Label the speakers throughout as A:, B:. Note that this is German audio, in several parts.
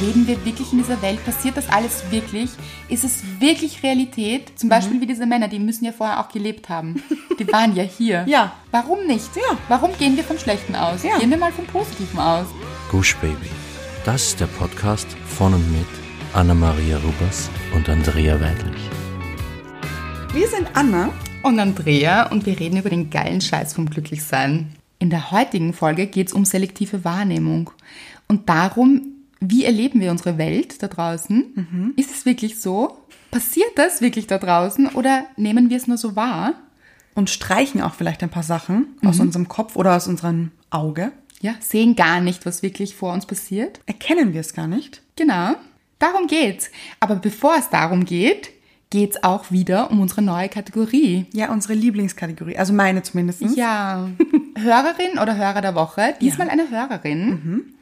A: leben wir wirklich in dieser Welt? Passiert das alles wirklich? Ist es wirklich Realität? Zum Beispiel wie diese Männer, die müssen ja vorher auch gelebt haben. Die waren ja hier.
B: Ja.
A: Warum nicht?
B: Ja.
A: Warum gehen wir vom Schlechten aus?
B: Ja.
A: Gehen wir mal vom Positiven aus.
C: Gush Baby. Das ist der Podcast von und mit Anna-Maria Rubers und Andrea Weidlich.
B: Wir sind Anna.
A: und Andrea und wir reden über den geilen Scheiß vom Glücklichsein. In der heutigen Folge geht es um selektive Wahrnehmung und darum, wie erleben wir unsere Welt da draußen? Ist es wirklich so? Passiert das wirklich da draußen oder nehmen wir es nur so wahr?
B: Und streichen auch vielleicht ein paar Sachen aus
A: Mhm.
B: unserem Kopf oder aus unserem Auge.
A: Ja, sehen gar nicht, was wirklich vor uns passiert.
B: Erkennen wir es gar nicht.
A: Genau, darum geht's. Aber bevor es darum geht, geht's auch wieder um unsere neue Kategorie.
B: Ja, unsere Lieblingskategorie. Also meine zumindest.
A: Ja, Hörerin oder Hörer der Woche. Diesmal eine Hörerin.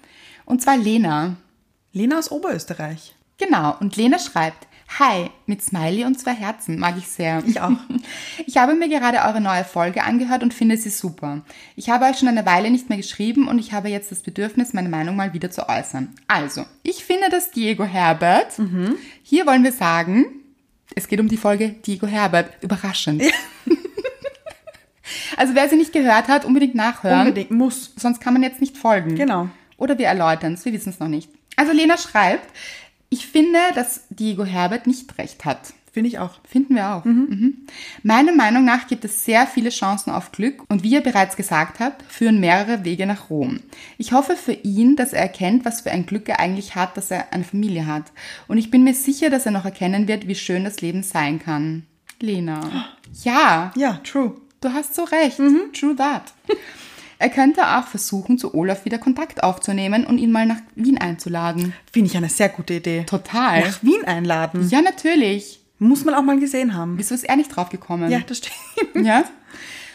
A: Und zwar Lena.
B: Lena aus Oberösterreich.
A: Genau, und Lena schreibt, Hi, mit Smiley und zwei Herzen, mag ich sehr.
B: Ich auch.
A: Ich habe mir gerade eure neue Folge angehört und finde sie super. Ich habe euch schon eine Weile nicht mehr geschrieben und ich habe jetzt das Bedürfnis, meine Meinung mal wieder zu äußern. Also, ich finde, dass Diego Herbert,
B: Mhm.
A: hier wollen wir sagen, es geht um die Folge Diego Herbert, überraschend. also wer sie nicht gehört hat, unbedingt nachhören.
B: Unbedingt muss.
A: Sonst kann man jetzt nicht folgen.
B: Genau.
A: Oder wir erläutern es, wir wissen es noch nicht. Also Lena schreibt, ich finde, dass Diego Herbert nicht recht hat.
B: Finde ich auch.
A: Finden wir auch. Mhm. Meiner Meinung nach gibt es sehr viele Chancen auf Glück und wie ihr bereits gesagt habt, führen mehrere Wege nach Rom. Ich hoffe für ihn, dass er erkennt, was für ein Glück er eigentlich hat, dass er eine Familie hat. Und ich bin mir sicher, dass er noch erkennen wird, wie schön das Leben sein kann. Lena. Ja.
B: Ja, true.
A: Du hast so recht.
B: Mhm.
A: True that. Er könnte auch versuchen, zu Olaf wieder Kontakt aufzunehmen und ihn mal nach Wien einzuladen.
B: Finde ich eine sehr gute Idee.
A: Total.
B: Nach Wien einladen.
A: Ja, natürlich.
B: Muss man auch mal gesehen haben.
A: Wieso ist er nicht drauf gekommen?
B: Ja, das stimmt.
A: ja.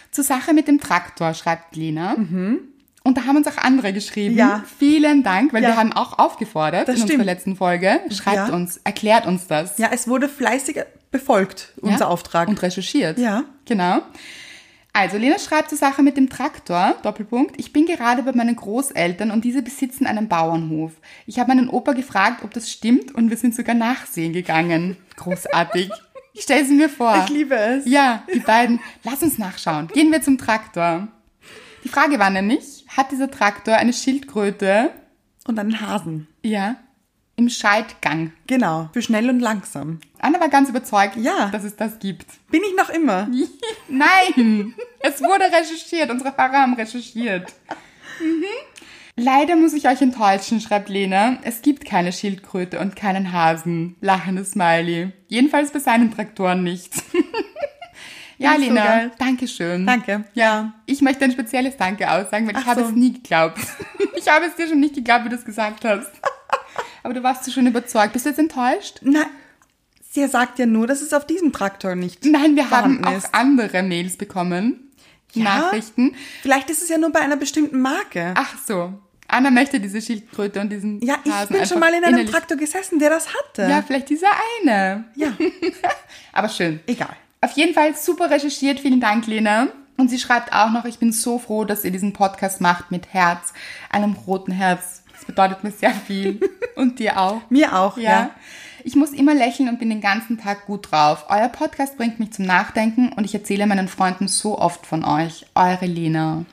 A: Zur Sache mit dem Traktor schreibt Lena. Und da haben uns auch andere geschrieben.
B: Mhm. Ja.
A: Vielen Dank, weil
B: Ja.
A: wir haben auch aufgefordert
B: Das
A: in
B: stimmt.
A: unserer letzten Folge. Schreibt
B: Ja.
A: uns, erklärt uns das.
B: Ja, es wurde fleißig befolgt,
A: Ja?
B: unser Auftrag.
A: Und recherchiert.
B: Ja.
A: Genau. Also, Lena schreibt zur Sache mit dem Traktor, Doppelpunkt. Ich bin gerade bei meinen Großeltern und diese besitzen einen Bauernhof. Ich habe meinen Opa gefragt, ob das stimmt und wir sind sogar nachsehen gegangen. Großartig. Ich stelle sie mir vor.
B: Ich liebe es.
A: Ja, die beiden. Lass uns nachschauen. Gehen wir zum Traktor. Die Frage war nämlich, hat dieser Traktor eine Schildkröte,
B: Und einen Hasen.
A: ja, im Schaltgang?
B: Genau. Für schnell und langsam.
A: Anna war ganz überzeugt,
B: Ja.
A: dass es das gibt.
B: Bin ich noch immer.
A: Nein, es wurde recherchiert. Unsere Fahrer haben recherchiert. Mhm. Leider muss ich euch enttäuschen, schreibt Lena. Es gibt keine Schildkröte und keinen Hasen. Lachendes Smiley. Jedenfalls bei seinen Traktoren nicht. ja,
B: Nicht so
A: Lena,
B: geil.
A: danke schön.
B: Danke.
A: Ja, ich möchte ein spezielles Danke aussagen, weil ich
B: Ach
A: habe
B: so.
A: es nie geglaubt. ich habe es dir schon nicht geglaubt, wie du es gesagt hast. Aber du warst so schön überzeugt. Bist du jetzt enttäuscht?
B: Na, sie sagt ja nur, dass es auf diesem Traktor nicht.
A: Nein, wir haben
B: vorhanden
A: auch
B: ist.
A: andere Mails bekommen.
B: Ja?
A: Nachrichten.
B: Vielleicht ist es ja nur bei einer bestimmten Marke.
A: Ach so. Anna möchte diese Schildkröte und diesen
B: ja, ich
A: Hasen
B: bin
A: einfach
B: schon mal in einem
A: innerlich-
B: Traktor gesessen, der das hatte.
A: Ja, vielleicht dieser eine.
B: ja.
A: Aber schön.
B: egal.
A: Auf jeden Fall super recherchiert. Vielen Dank, Lena. Und sie schreibt auch noch, ich bin so froh, dass ihr diesen Podcast macht mit Herz, einem roten Herz. Das bedeutet mir sehr viel. Und dir auch.
B: Mir auch, ja.
A: Ja. Ich muss immer lächeln und bin den ganzen Tag gut drauf. Euer Podcast bringt mich zum Nachdenken und ich erzähle meinen Freunden so oft von euch. Eure Lena.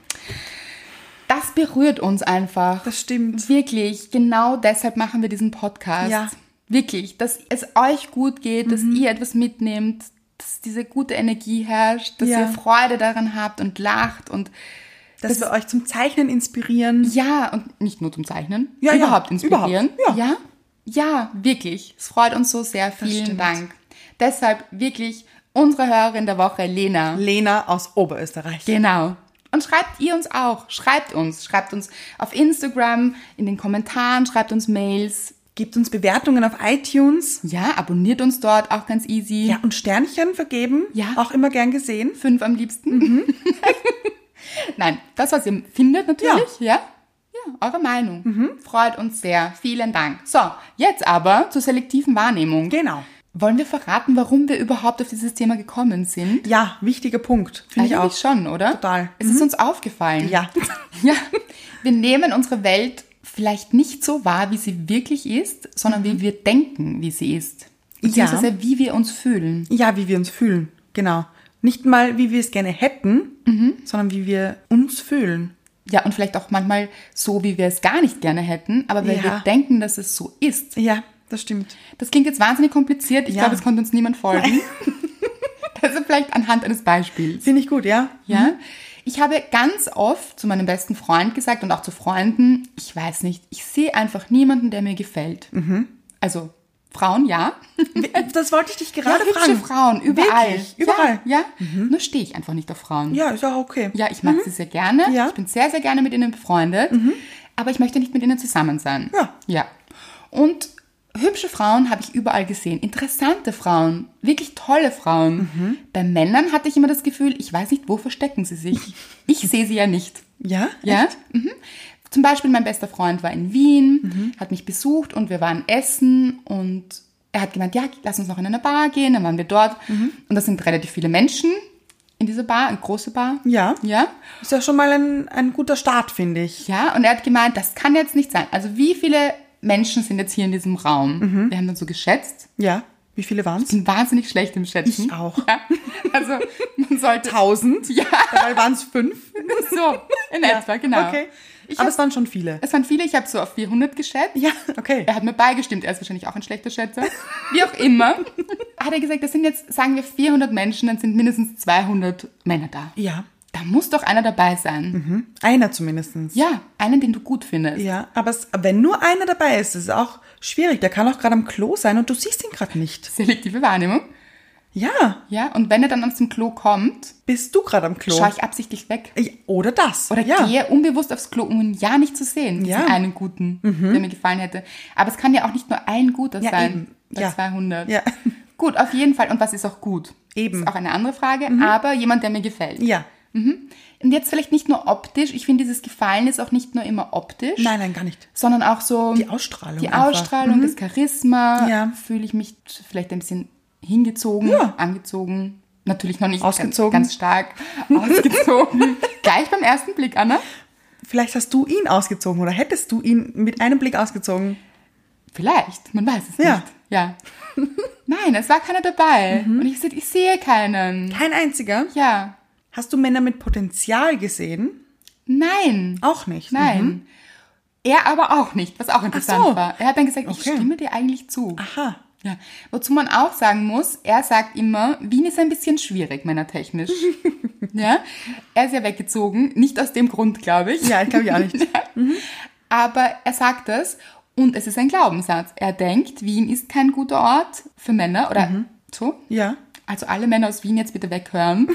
A: Das berührt uns einfach.
B: Das stimmt.
A: Wirklich, genau deshalb machen wir diesen Podcast.
B: Ja. Mhm.
A: Wirklich, dass es euch gut geht, dass ihr etwas mitnehmt, dass diese gute Energie herrscht, dass
B: Ja.
A: ihr Freude daran habt und lacht und
B: Dass wir euch zum Zeichnen inspirieren.
A: ja, und nicht nur zum Zeichnen,
B: Ja, ja,
A: überhaupt inspirieren.
B: überhaupt,
A: ja. ja. Ja, wirklich. Es freut uns so sehr. Vielen
B: stimmt.
A: Dank. Deshalb wirklich unsere Hörerin der Woche, Lena.
B: Lena aus Oberösterreich.
A: Genau. Und schreibt ihr uns auch. Schreibt uns. Schreibt uns auf Instagram, in den Kommentaren, schreibt uns Mails.
B: Gebt uns Bewertungen auf iTunes.
A: Ja, abonniert uns dort, auch ganz easy.
B: Ja, und Sternchen vergeben.
A: Ja.
B: Auch immer gern gesehen.
A: Fünf am liebsten.
B: Mhm.
A: Nein, das, was ihr findet natürlich, ja. Ja, eure Meinung.
B: Mhm.
A: Freut uns sehr. Vielen Dank. So, jetzt aber zur selektiven Wahrnehmung.
B: Genau.
A: Wollen wir verraten, warum wir überhaupt auf dieses Thema gekommen sind?
B: Ja, wichtiger Punkt. Finde ich auch.
A: schon, oder?
B: Total. Mhm.
A: Es ist uns aufgefallen.
B: Ja.
A: Ja, wir nehmen unsere Welt vielleicht nicht so wahr, wie sie wirklich ist,
B: Mhm.
A: sondern wie wir denken, wie sie ist. Beziehungsweise wie wir uns fühlen.
B: Ja, wie wir uns fühlen. Genau. Nicht mal, wie wir es gerne hätten,
A: Mhm.
B: sondern wie wir uns fühlen.
A: Ja, und vielleicht auch manchmal so, wie wir es gar nicht gerne hätten, aber weil
B: Ja.
A: wir denken, dass es so ist.
B: Ja, das stimmt.
A: Das klingt jetzt wahnsinnig kompliziert. Ich
B: Ja.
A: glaube, es konnte uns niemand folgen. also vielleicht anhand eines Beispiels.
B: Finde ich gut, ja?
A: Ja. Ich habe ganz oft zu meinem besten Freund gesagt und auch zu Freunden, ich weiß nicht, ich sehe einfach niemanden, der mir gefällt.
B: Mhm.
A: Also Frauen, ja.
B: Äh, Das wollte ich dich gerade
A: ja,
B: fragen.
A: hübsche Frauen, überall.
B: Wirklich? Überall. Mhm.
A: Ja, ja. nur stehe ich einfach nicht auf Frauen.
B: Ja, ist auch okay.
A: Ja, ich mag sie sehr gerne.
B: Mhm. Ja. Mhm.
A: Ich bin sehr, sehr gerne mit ihnen befreundet. Aber ich möchte nicht mit ihnen zusammen sein.
B: Ja.
A: Ja. Und hübsche Frauen habe ich überall gesehen. Interessante Frauen. Wirklich tolle Frauen.
B: Mhm.
A: Bei Männern hatte ich immer das Gefühl, ich weiß nicht, wo verstecken sie sich. Ich sehe sie ja nicht.
B: Ja?
A: Ja. Mhm. Zum Beispiel mein bester Freund war in Wien,
B: Mhm.
A: hat mich besucht und wir waren essen und er hat gemeint, ja, lass uns noch in eine Bar gehen. Dann waren wir dort
B: Mhm.
A: und das sind relativ viele Menschen in dieser Bar, eine große Bar.
B: Ja.
A: Ja.
B: Ist ja schon mal ein, ein guter Start, finde ich.
A: Ja, und er hat gemeint, das kann jetzt nicht sein. Also wie viele Menschen sind jetzt hier in diesem Raum?
B: Mhm.
A: Wir haben dann so geschätzt.
B: Ja. Wie viele waren es?
A: Bin wahnsinnig schlecht im Schätzen.
B: Ich auch.
A: Ja, also man sollte
B: Tausend? Ja. Dabei waren es fünf.
A: so in etwa, genau.
B: Okay.
A: Ich
B: Aber
A: hab,
B: es waren schon viele.
A: es waren viele, ich habe so auf 400 geschätzt.
B: Ja, okay.
A: Er hat mir beigestimmt, er ist wahrscheinlich auch ein schlechter Schätzer. Wie auch immer, hat er gesagt, das sind jetzt, sagen wir, 400 Menschen, dann sind mindestens 200 Männer da.
B: Ja.
A: Da muss doch einer dabei sein.
B: Einer zumindest.
A: Ja, einen, den du gut findest.
B: Mhm. Ja, aber es, wenn nur einer dabei ist, ist es auch schwierig. Der kann auch gerade am Klo sein und du siehst ihn gerade nicht.
A: Selektive Wahrnehmung.
B: Ja,
A: Ja, und wenn er dann aus dem Klo kommt,
B: bist du gerade am Klo?
A: schaue ich absichtlich weg.
B: Ja, Oder das.
A: Oder
B: ja.
A: gehe unbewusst aufs Klo, um ihn ja nicht zu sehen.
B: Ja. Mhm.
A: Diesen einen guten, der mir gefallen hätte. Aber es kann ja auch nicht nur ein guter
B: Ja,
A: sein.
B: eben.
A: Bei
B: Ja.
A: 200.
B: Ja.
A: Gut, auf jeden Fall. Und was ist auch gut?
B: Eben. Mhm.
A: Ist auch eine andere Frage. Aber jemand, der mir gefällt.
B: Ja.
A: Und jetzt vielleicht nicht nur optisch. Ich finde, dieses Gefallen ist auch nicht nur immer optisch.
B: Nein, nein, gar nicht.
A: Sondern auch so
B: Die Ausstrahlung
A: Die
B: einfach. Mhm.
A: Ausstrahlung, das Charisma.
B: Ja.
A: Fühle ich mich vielleicht ein bisschen hingezogen,
B: Ja.
A: angezogen. Natürlich noch nicht
B: Ausgezogen.
A: Ganz, ganz stark ausgezogen. Gleich beim ersten Blick, Anna.
B: Vielleicht hast du ihn ausgezogen oder hättest du ihn mit einem Blick ausgezogen.
A: Vielleicht, man weiß es
B: Ja.
A: nicht. Ja. Nein, es war keiner dabei.
B: Mhm.
A: Und ich sagte, ich sehe keinen.
B: Kein einziger.
A: Ja.
B: Hast du Männer mit Potenzial gesehen?
A: Nein.
B: Auch nicht.
A: Nein. Er aber auch nicht, was auch interessant
B: Mhm. so.
A: war. Er hat dann gesagt, ich
B: Okay.
A: stimme dir eigentlich zu.
B: Aha.
A: Ja. Wozu man auch sagen muss, er sagt immer, Wien ist ein bisschen schwierig, männertechnisch. ja. Er ist ja weggezogen, nicht aus dem Grund, glaube ich.
B: Ja, ich glaube ja nicht. Mhm.
A: Aber er sagt das und es ist ein Glaubenssatz. Er denkt, Wien ist kein guter Ort für Männer oder
B: Mhm.
A: so.
B: ja.
A: Also alle Männer aus Wien jetzt bitte weghören.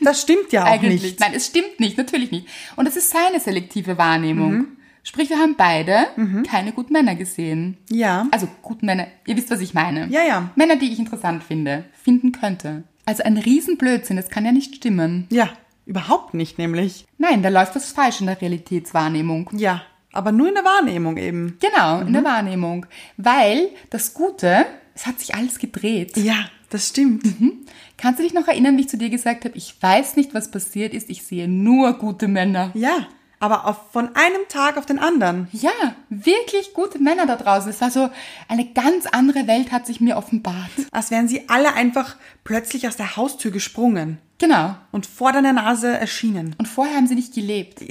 B: Das stimmt ja auch
A: Eigentlich.
B: nicht.
A: Nein, es stimmt nicht, natürlich nicht. Und es ist seine selektive Wahrnehmung.
B: Mhm.
A: Sprich, wir haben beide keine guten Männer gesehen.
B: Ja.
A: Also guten Männer, ihr wisst, was ich meine.
B: Ja, ja.
A: Männer, die ich interessant finde, finden könnte. Also ein Riesenblödsinn, das kann ja nicht stimmen.
B: Ja. Überhaupt nicht, nämlich.
A: Nein, da läuft was falsch in der Realitätswahrnehmung.
B: Ja. Aber nur in der Wahrnehmung eben.
A: Genau,
B: Mhm.
A: in der Wahrnehmung. Weil das Gute, es hat sich alles gedreht.
B: Ja, das stimmt.
A: Mhm. Kannst du dich noch erinnern, wie ich zu dir gesagt habe, ich weiß nicht, was passiert ist, ich sehe nur gute Männer.
B: Ja. Aber auf, von einem Tag auf den anderen.
A: Ja, wirklich gute Männer da draußen. Es war so, eine ganz andere Welt hat sich mir offenbart.
B: Als wären sie alle einfach plötzlich aus der Haustür gesprungen
A: Genau.
B: und vor deiner Nase erschienen.
A: Und vorher haben sie nicht gelebt.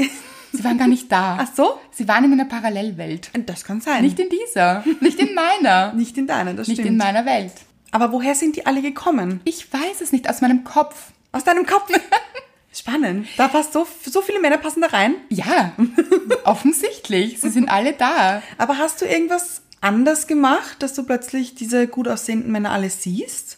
A: Sie waren gar nicht da.
B: Ach so?
A: Sie waren in einer Parallelwelt.
B: Und Das kann sein.
A: Nicht in dieser. Nicht in meiner.
B: Nicht in deiner, das
A: nicht
B: stimmt.
A: in meiner Welt.
B: Aber woher sind die alle gekommen?
A: Ich weiß es nicht aus meinem Kopf.
B: Aus deinem Kopf. Spannend. Da passt so, so viele Männer passen da rein.
A: Ja, offensichtlich. Sie sind alle da.
B: Aber hast du irgendwas anders gemacht, dass du plötzlich diese gut aussehenden Männer alle siehst?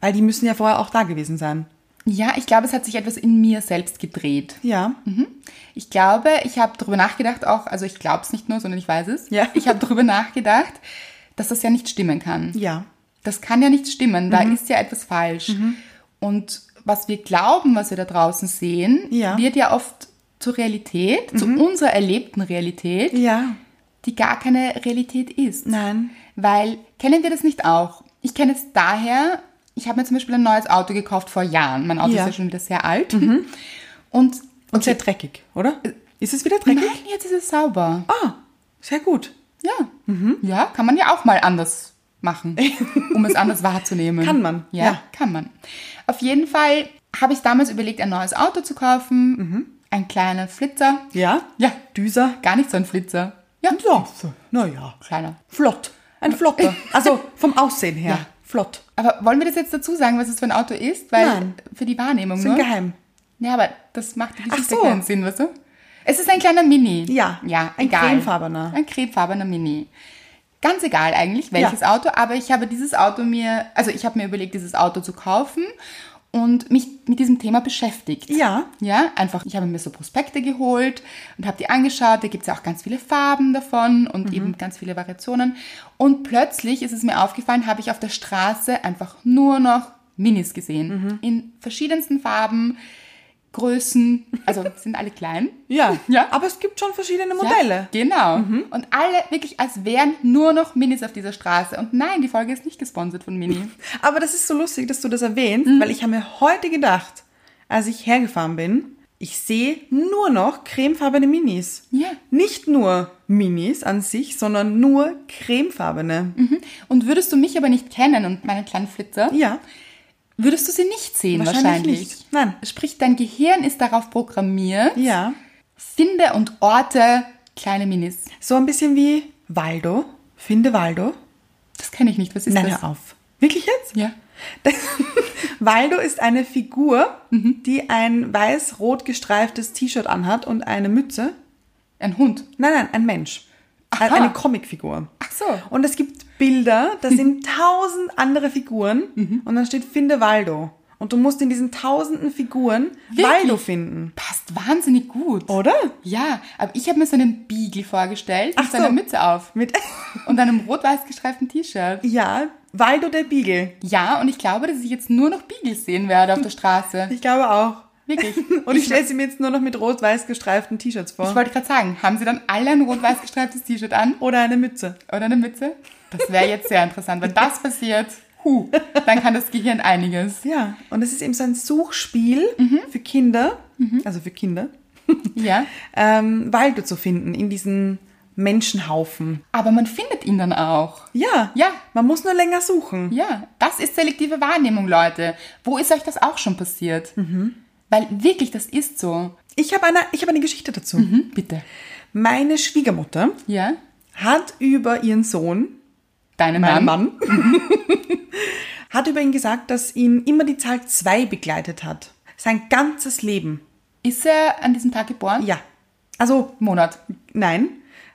B: Weil die müssen ja vorher auch da gewesen sein.
A: Ja, ich glaube, es hat sich etwas in mir selbst gedreht.
B: Ja.
A: Mhm. Ich glaube, ich habe darüber nachgedacht, auch, also ich glaube es nicht nur, sondern ich weiß es.
B: Ja.
A: Ich habe darüber nachgedacht, dass das ja nicht stimmen kann.
B: Ja.
A: Das kann ja nicht stimmen, da
B: Mhm.
A: ist ja etwas falsch. Und was wir glauben, was wir da draußen sehen,
B: Ja. Mhm.
A: wird ja oft zur Realität, zu unserer erlebten Realität,
B: Ja.
A: die gar keine Realität ist.
B: Nein.
A: Weil, kennen wir das nicht auch? Ich kenne es daher, ich habe mir zum Beispiel ein neues Auto gekauft vor Jahren. Mein Auto
B: Ja. Mhm.
A: ist ja schon wieder sehr alt. Und,
B: Und sehr dreckig, oder? Ist es wieder dreckig?
A: Äh, Nein, jetzt ist es sauber.
B: Ah, sehr gut.
A: Ja.
B: Mhm.
A: Ja, kann man ja auch mal anders machen, um es anders wahrzunehmen.
B: Kann man,
A: Ja,
B: ja.
A: kann man. Auf jeden Fall habe ich damals überlegt, ein neues Auto zu kaufen.
B: Mhm.
A: Ein kleiner Flitzer.
B: Ja?
A: Ja,
B: Düser.
A: gar nicht so ein Flitzer. Ja,
B: Ja, naja.
A: kleiner.
B: Flott. Ein flotter. Also vom Aussehen her.
A: Ja.
B: Flott.
A: Aber wollen wir das jetzt dazu sagen, was es für ein Auto ist? Weil
B: Nein.
A: für die Wahrnehmung
B: Sind
A: nur.
B: geheim.
A: Ja, aber das macht die Geschichte
B: so.
A: keinen Sinn, weißt du? Es ist ein kleiner Mini.
B: Ja,
A: Ja,
B: ein
A: egal.
B: cremefarbener.
A: Ein cremefarbener Mini. Ganz egal eigentlich, welches Auto, aber ich habe dieses Auto mir, also ich habe mir überlegt, dieses Auto zu kaufen und mich mit diesem Thema beschäftigt.
B: Ja.
A: Ja, einfach, ich habe mir so Prospekte geholt und habe die angeschaut. Da gibt es ja auch ganz viele Farben davon und
B: Mhm.
A: eben ganz viele Variationen. Und plötzlich ist es mir aufgefallen, habe ich auf der Straße einfach nur noch Minis
B: Mhm.
A: gesehen. In verschiedensten Farben, Größen, also sind alle klein.
B: Ja.
A: Ja.
B: Aber es gibt schon
A: Ja,
B: verschiedene Modelle. Mhm.
A: genau. Und alle wirklich, als wären nur noch Minis auf dieser Straße. Und nein, die Folge ist nicht gesponsert von Mini.
B: Aber das ist so lustig, dass du das erwähnst,
A: Mhm.
B: weil ich habe mir heute gedacht, als ich hergefahren bin, ich sehe nur noch cremefarbene Minis.
A: Ja.
B: Nicht nur Minis an sich, sondern nur cremefarbene.
A: Mhm. Und würdest du mich aber nicht kennen und meine kleinen Flitzer,
B: Ja.
A: würdest du sie nicht sehen wahrscheinlich.
B: Wahrscheinlich nicht. Nein.
A: Sprich, dein Gehirn ist darauf programmiert,
B: Ja.
A: finde und orte kleine Minis.
B: So ein bisschen wie Waldo. Finde Waldo.
A: Das kenne ich nicht. Was ist
B: Nein,
A: das?
B: hör auf. Wirklich jetzt?
A: Ja.
B: Das, Waldo ist eine Figur,
A: Mhm.
B: die ein weiß-rot gestreiftes T-Shirt anhat und eine Mütze.
A: Ein Hund.
B: Nein, nein, ein Mensch. Ein-
A: Aha.
B: Eine Comicfigur.
A: Ach so. Mhm.
B: Und es gibt Bilder, da sind tausend andere Figuren und dann steht Finde Waldo. Und du musst in diesen tausenden Figuren
A: Wirklich?
B: Waldo finden.
A: Passt wahnsinnig gut.
B: Oder?
A: Ja, aber ich habe mir so einen Beagle vorgestellt mit
B: Ach so.
A: seiner Mütze auf
B: Mit
A: und einem rot-weiß gestreiften T-Shirt.
B: ja, Waldo der Beagle.
A: Ja, und ich glaube, dass ich jetzt nur noch Beagles sehen werde auf der Straße.
B: Ich glaube auch.
A: Wirklich.
B: Und ich stelle sie mir jetzt nur noch mit rot-weiß gestreiften T-Shirts vor.
A: Ich wollte gerade sagen, haben sie dann alle ein rot-weiß gestreiftes T-Shirt an
B: Oder eine Mütze.
A: oder eine Mütze? Das wäre jetzt sehr interessant. Wenn das passiert, hu, dann kann das Gehirn einiges.
B: Ja, und es ist eben so ein Suchspiel
A: Mhm.
B: für Kinder, also für Kinder,
A: Ja.
B: ähm, Waldo zu finden in diesen Menschenhaufen.
A: Aber man findet ihn dann auch.
B: Ja,
A: Ja.
B: man muss nur länger suchen.
A: Ja, das ist selektive Wahrnehmung, Leute. Wo ist euch das auch schon passiert?
B: Mhm.
A: Weil wirklich, das ist so.
B: Ich habe eine, ich hab eine Geschichte dazu.
A: Hm, bitte.
B: Meine Schwiegermutter
A: Ja?
B: hat über ihren Sohn,
A: Deinem
B: meinen
A: Mann? Mhm.
B: Mann, hat über ihn gesagt, dass ihn immer die Zahl 2 begleitet hat. Sein ganzes Leben.
A: Ist er an diesem Tag geboren?
B: Ja. Also,
A: Monat.
B: nein.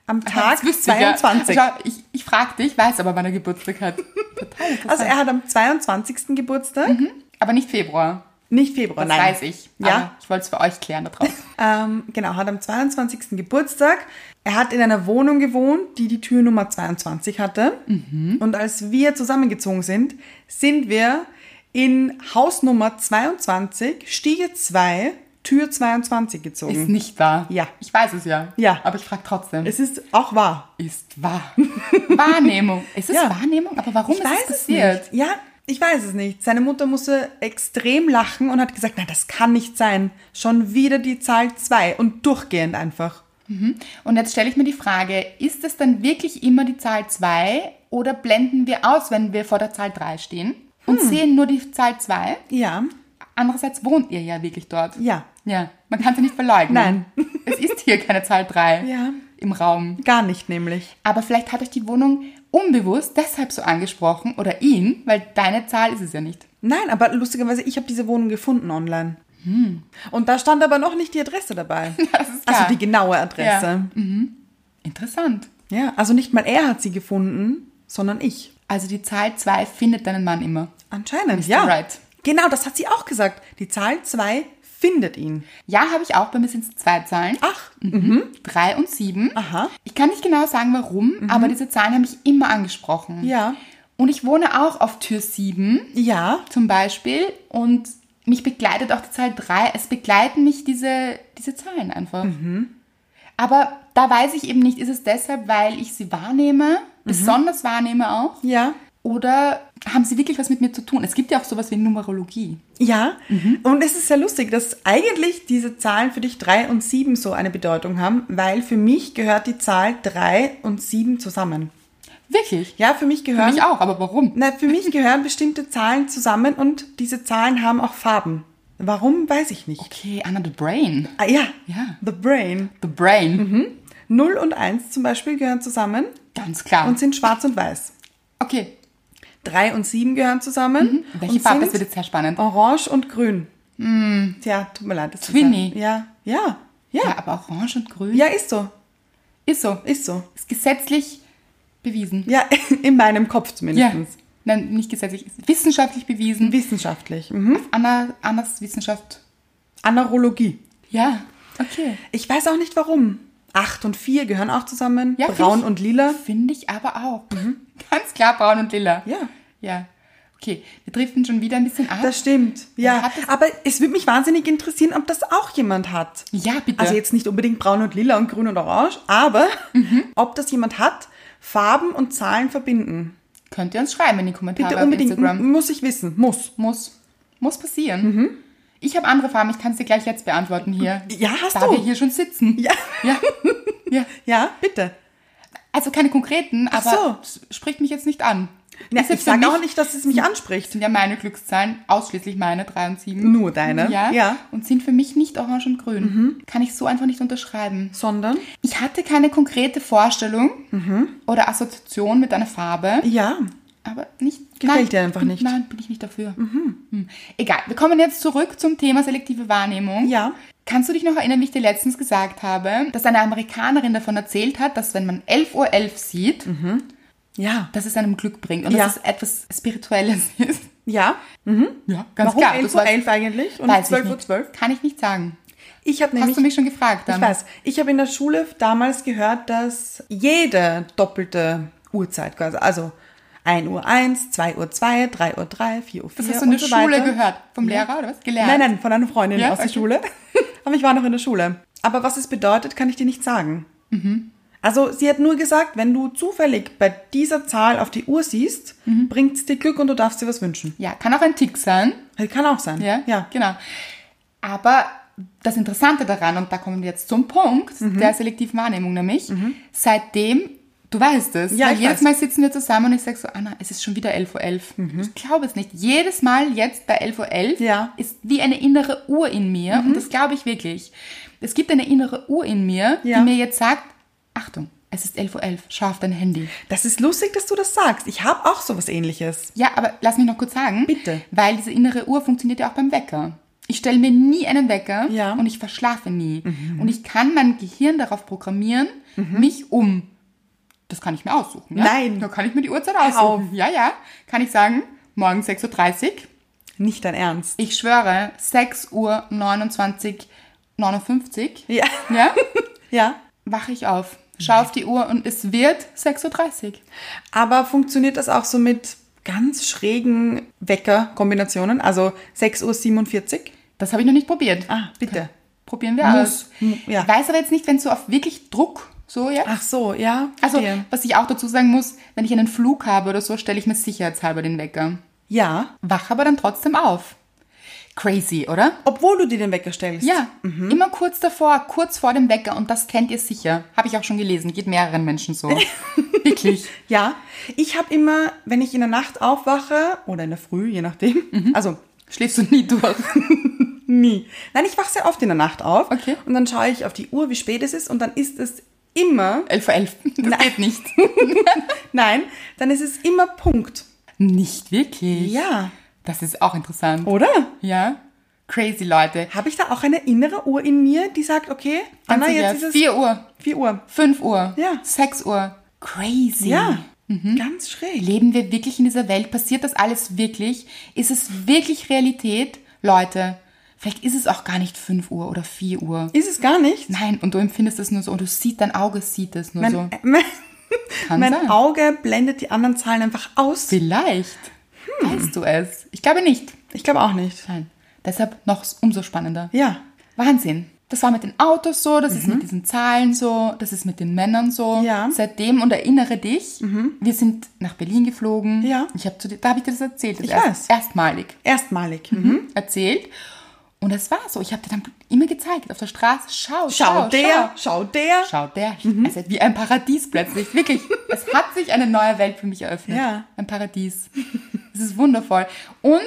B: Am Tag
A: Das wüsste ich ja.
B: 22.
A: Schau, ich ich frage dich, weiß aber, wann er Geburtstag hat. Total interessant.
B: Also er hat am 22. Geburtstag,
A: aber nicht Februar.
B: nicht Februar,
A: Mhm. Das
B: nein.
A: weiß ich.
B: Ja,
A: Aber ich wollte es für euch klären da drauf.
B: ähm, genau, hat am 22. Geburtstag. Er hat in einer Wohnung gewohnt, die die Tür Nummer 22 hatte. Und als wir zusammengezogen sind, sind wir in Haus Nummer 22, Stiege 2, Tür 22 gezogen.
A: Ist nicht da.
B: Ja.
A: Ich weiß es ja.
B: Ja.
A: Aber ich frage trotzdem.
B: es ist auch wahr.
A: ist wahr. Wahrnehmung. Ist es
B: Ja.
A: Wahrnehmung? Aber warum
B: ich
A: ist
B: weiß
A: es passiert?
B: nicht. Ja, ich weiß es nicht. Seine Mutter musste extrem lachen und hat gesagt, nein, das kann nicht sein. Schon wieder die Zahl 2 und durchgehend einfach.
A: Und jetzt stelle ich mir die Frage, ist es dann wirklich immer die Zahl 2 oder blenden wir aus, wenn wir vor der Zahl 3 stehen und
B: Hm.
A: sehen nur die Zahl 2?
B: Ja,
A: Andererseits wohnt ihr ja wirklich dort.
B: ja,
A: Ja, man kann sie nicht verleugnen. Nein. Es ist hier keine Zahl 3
B: Ja.
A: im Raum.
B: gar nicht nämlich.
A: Aber vielleicht hat euch die Wohnung unbewusst deshalb so angesprochen oder ihn, weil deine Zahl ist es ja nicht.
B: Nein, aber lustigerweise, ich habe diese Wohnung gefunden online. Und da stand aber noch nicht die Adresse dabei.
A: Hm. Das ist
B: also
A: klar.
B: die genaue Adresse. Ja.
A: Interessant.
B: also nicht mal er hat sie gefunden, sondern ich.
A: Also die Zahl 2 findet deinen Mann immer.
B: Anscheinend, ja.
A: Right.
B: Genau, das hat sie auch gesagt. Die Zahl 2 findet ihn.
A: Ja, habe ich auch. Bei mir sind es zwei Zahlen.
B: Ach,
A: Mhm. Drei und sieben.
B: Ah. Aha. Mhm.
A: Ich kann nicht genau sagen, warum, aber diese Zahlen haben mich immer angesprochen.
B: Ja.
A: Und ich wohne auch auf Tür 7
B: ja.
A: zum Beispiel und mich begleitet auch die Zahl 3. Es begleiten mich diese, diese Zahlen einfach.
B: Mhm.
A: Aber da weiß ich
B: Mhm.
A: eben nicht, ist es deshalb, weil ich sie wahrnehme, besonders wahrnehme auch,
B: Ja.
A: oder haben sie wirklich was mit mir zu tun? Es gibt ja auch sowas wie Numerologie.
B: Ja,
A: Mhm.
B: und es ist sehr lustig, dass eigentlich diese Zahlen für dich 3 und 7 so eine Bedeutung haben, weil für mich gehört die Zahl 3 und 7 zusammen.
A: Wirklich?
B: Ja, für mich
A: Für
B: gehören
A: mich auch, aber warum?
B: Na, für mich gehören bestimmte Zahlen zusammen und diese Zahlen haben auch Farben. Warum, weiß ich nicht.
A: Okay, Anna, the brain.
B: Ah ja,
A: Ja.
B: the brain.
A: The brain.
B: 0 und 1 zum Beispiel gehören zusammen
A: Ganz klar.
B: und sind schwarz und weiß.
A: okay.
B: 3 und 7 gehören zusammen.
A: Mhm. Welche
B: und Oh.
A: Farbe?
B: sind
A: Das wird jetzt sehr spannend.
B: Orange und grün. Tja, tut mir leid. das ist
A: Twinny.
B: Ja, ja, ja.
A: Ja, aber orange und grün.
B: Ja, ist so.
A: Ist so.
B: Ist so.
A: Ist gesetzlich bewiesen.
B: Ja, in meinem Kopf
A: Ja.
B: zumindest.
A: Nein, nicht gesetzlich. Ist wissenschaftlich bewiesen.
B: Wissenschaftlich. Mhm.
A: Anna, Annas Wissenschaft.
B: Anarologie.
A: Ja. Okay.
B: Ich weiß auch nicht warum. 8 und 4 gehören auch zusammen.
A: Ja,
B: Braun
A: finde ich-
B: und lila.
A: Finde ich aber auch. Ganz klar braun und lila.
B: Mhm. Ja.
A: Ja. Okay, wir driften schon wieder ein bisschen ab.
B: Das stimmt. Ja,
A: hat es-
B: aber es würde mich wahnsinnig interessieren, ob das auch jemand hat.
A: ja, bitte.
B: Also jetzt nicht unbedingt braun und lila und grün und orange, aber
A: Mhm.
B: ob das jemand hat, Farben und Zahlen verbinden.
A: Könnt ihr uns schreiben in die Kommentare
B: Bitte unbedingt. Mhm.
A: auf Instagram.
B: M- Muss ich wissen. Muss.
A: Muss. Muss passieren. Ich habe andere Fragen, ich kann es dir gleich jetzt beantworten hier.
B: Mhm. Ja, hast
A: da
B: du.
A: wir hier schon sitzen.
B: Ja.
A: Ja. ja.
B: Ja, bitte.
A: Also keine konkreten, aber
B: so.
A: es spricht mich jetzt nicht an.
B: Na,
A: Ist jetzt
B: ich
A: für
B: sage
A: mich-
B: auch nicht, dass es mich anspricht.
A: sind ja meine Glückszahlen, ausschließlich meine 3 und 7.
B: Nur deine?
A: Ja.
B: Ja. Mhm.
A: Und sind für mich nicht orange und grün. Kann ich so einfach nicht unterschreiben.
B: Sondern?
A: Ich hatte keine konkrete Vorstellung
B: Mhm.
A: oder Assoziation mit einer Farbe,
B: Ja.
A: aber nicht.
B: Gefällt
A: nein,
B: dir einfach nicht. Mhm.
A: Nein, bin ich nicht dafür. Hm. Egal, wir kommen jetzt zurück zum Thema selektive Wahrnehmung.
B: Ja.
A: Kannst du dich noch erinnern, wie ich dir letztens gesagt habe, dass eine Amerikanerin davon erzählt hat, dass wenn man 11.11 Uhr sieht,
B: Ja.
A: dass es einem Glück bringt und
B: Ja.
A: dass es etwas Spirituelles ist?
B: Ja.
A: Ja, ganz
B: Warum
A: klar.
B: 11
A: das
B: Uhr
A: weiß-
B: 11 eigentlich und
A: Weiß
B: 12
A: ich
B: Uhr
A: nicht.
B: 12?
A: Kann ich nicht sagen.
B: Ich habe nämlich
A: Hast du mich schon gefragt dann?
B: Ich weiß. Ich habe in der Schule damals gehört, dass jede doppelte Uhrzeit quasi, also 1 Uhr 1, 2 Uhr 2, 3 Uhr 3, 4 Uhr 4
A: Das hast du in
B: und
A: der
B: so
A: Schule
B: weiter.
A: gehört. Vom Lehrer oder was? Gelernt?
B: Nein, nein, von einer Freundin
A: Ja,
B: aus der
A: okay.
B: Schule. Aber ich war noch in der Schule. Aber was es bedeutet, kann ich dir nicht sagen.
A: Mhm.
B: Also sie hat nur gesagt, wenn du zufällig bei dieser Zahl auf die Uhr siehst,
A: Mhm.
B: bringt es dir Glück und du darfst dir was wünschen.
A: Ja, kann auch ein Tick sein.
B: Kann auch sein.
A: Ja,
B: ja.
A: genau. Aber das Interessante daran, und da kommen wir jetzt zum Punkt
B: Mhm.
A: der selektiven Wahrnehmung nämlich, seitdem, du weißt es,
B: Ja,
A: weil
B: ich
A: jedes
B: weiß. Mhm.
A: Mal sitzen wir zusammen und ich sage so, Anna, es ist schon wieder 11.11 Uhr. Ich glaube es nicht. Jedes Mal jetzt bei 11.11 Uhr
B: Ja. Mhm.
A: ist wie eine innere Uhr in mir und das glaube ich wirklich. Es gibt eine innere Uhr in mir,
B: Ja.
A: die mir jetzt sagt, Achtung, es ist 11.11 Uhr, schau auf dein Handy.
B: Das ist lustig, dass du das sagst. Ich habe auch sowas ähnliches.
A: Ja, aber lass mich noch kurz sagen.
B: Bitte.
A: Weil diese innere Uhr funktioniert ja auch beim Wecker. Ich stelle mir nie einen Wecker
B: Ja. Mhm.
A: und ich verschlafe nie. Und ich kann mein Gehirn darauf programmieren, mich um. Das kann ich mir aussuchen. Ja?
B: Nein.
A: Da kann ich mir die Uhrzeit aussuchen. Ja, ja. Kann ich sagen, morgen 6.30 Uhr.
B: Nicht dein Ernst.
A: Ich schwöre, 6 Uhr 29, 59.
B: Ja.
A: Ja?
B: Ja.
A: Wache ich auf, schaue auf die Uhr und es wird 6.30 Uhr.
B: Aber funktioniert das auch so mit ganz schrägen Weckerkombinationen? Also 6.47 Uhr?
A: Das habe ich noch nicht probiert.
B: Ah, bitte.
A: Probieren wir
B: Muss,
A: aus.
B: mu- ja. Ah,
A: Weiß aber jetzt nicht, wenn es so auf wirklich Druck so jetzt.
B: Ach so, ja.
A: also,
B: verstehe.
A: was ich auch dazu sagen muss, wenn ich einen Flug habe oder so, stelle ich mir sicherheitshalber den Wecker.
B: ja.
A: Wach aber dann trotzdem auf. Crazy, oder?
B: Obwohl du dir den Wecker stellst.
A: Ja,
B: Mhm.
A: immer kurz davor, kurz vor dem Wecker und das kennt ihr sicher. Habe ich auch schon gelesen, geht mehreren Menschen so. Wirklich.
B: Ja. Ich habe immer, wenn ich in der Nacht aufwache oder in der Früh, je nachdem, also
A: Schläfst du nie durch.
B: nie. Nein, ich wache sehr oft in der Nacht auf
A: Okay.
B: und dann schaue ich auf die Uhr, wie spät es ist und dann ist es immer,
A: 11 vor 11. Das geht nicht.
B: nein, dann ist es immer Punkt.
A: Nicht wirklich.
B: Ja. Oh.
A: Das ist auch interessant.
B: Oder?
A: Ja. Crazy Leute.
B: Habe ich da auch eine innere Uhr in mir, die sagt, okay, Anna,
A: Ganz sicher,
B: Ah, jetzt ist es
A: 4 Uhr.
B: 4 Uhr.
A: 5 Uhr,
B: Ja.
A: 6 Uhr. Crazy.
B: Ja, ganz schräg.
A: Leben wir wirklich in dieser Welt? Passiert das alles wirklich? Ist es wirklich Realität? Leute, vielleicht ist es auch gar nicht 5 Uhr oder 4 Uhr.
B: Ist es gar nicht?
A: Nein, und du empfindest es nur so, und du siehst, dein Auge sieht es nur
B: Mein,
A: so.
B: äh, mein,
A: Kann
B: mein
A: sein.
B: Auge blendet die anderen Zahlen einfach aus.
A: Vielleicht.
B: Hm.
A: Weißt du es? Ich glaube nicht.
B: Ich glaube auch nicht.
A: Nein. Deshalb noch umso spannender.
B: Ja.
A: Wahnsinn. das war mit den Autos so, das ist mit diesen Zahlen so, das ist mit den Männern so.
B: Mhm. Ja. Mhm.
A: Seitdem und erinnere dich, wir sind nach Berlin geflogen.
B: Ja.
A: Ich hab zu dir, da habe ich dir das erzählt. Das
B: Ich weiß.
A: Erstmalig
B: Erstmalig. Mhm.
A: erzählt. Und das war so. Ich habe dir dann immer gezeigt auf der Straße. Schau, schau,
B: Schau der, Mhm. schau der.
A: schau, schau der. Also wie ein Paradies plötzlich. Wirklich. es hat sich eine neue Welt für mich eröffnet.
B: Ja.
A: Ein Paradies. Es ist wundervoll. Und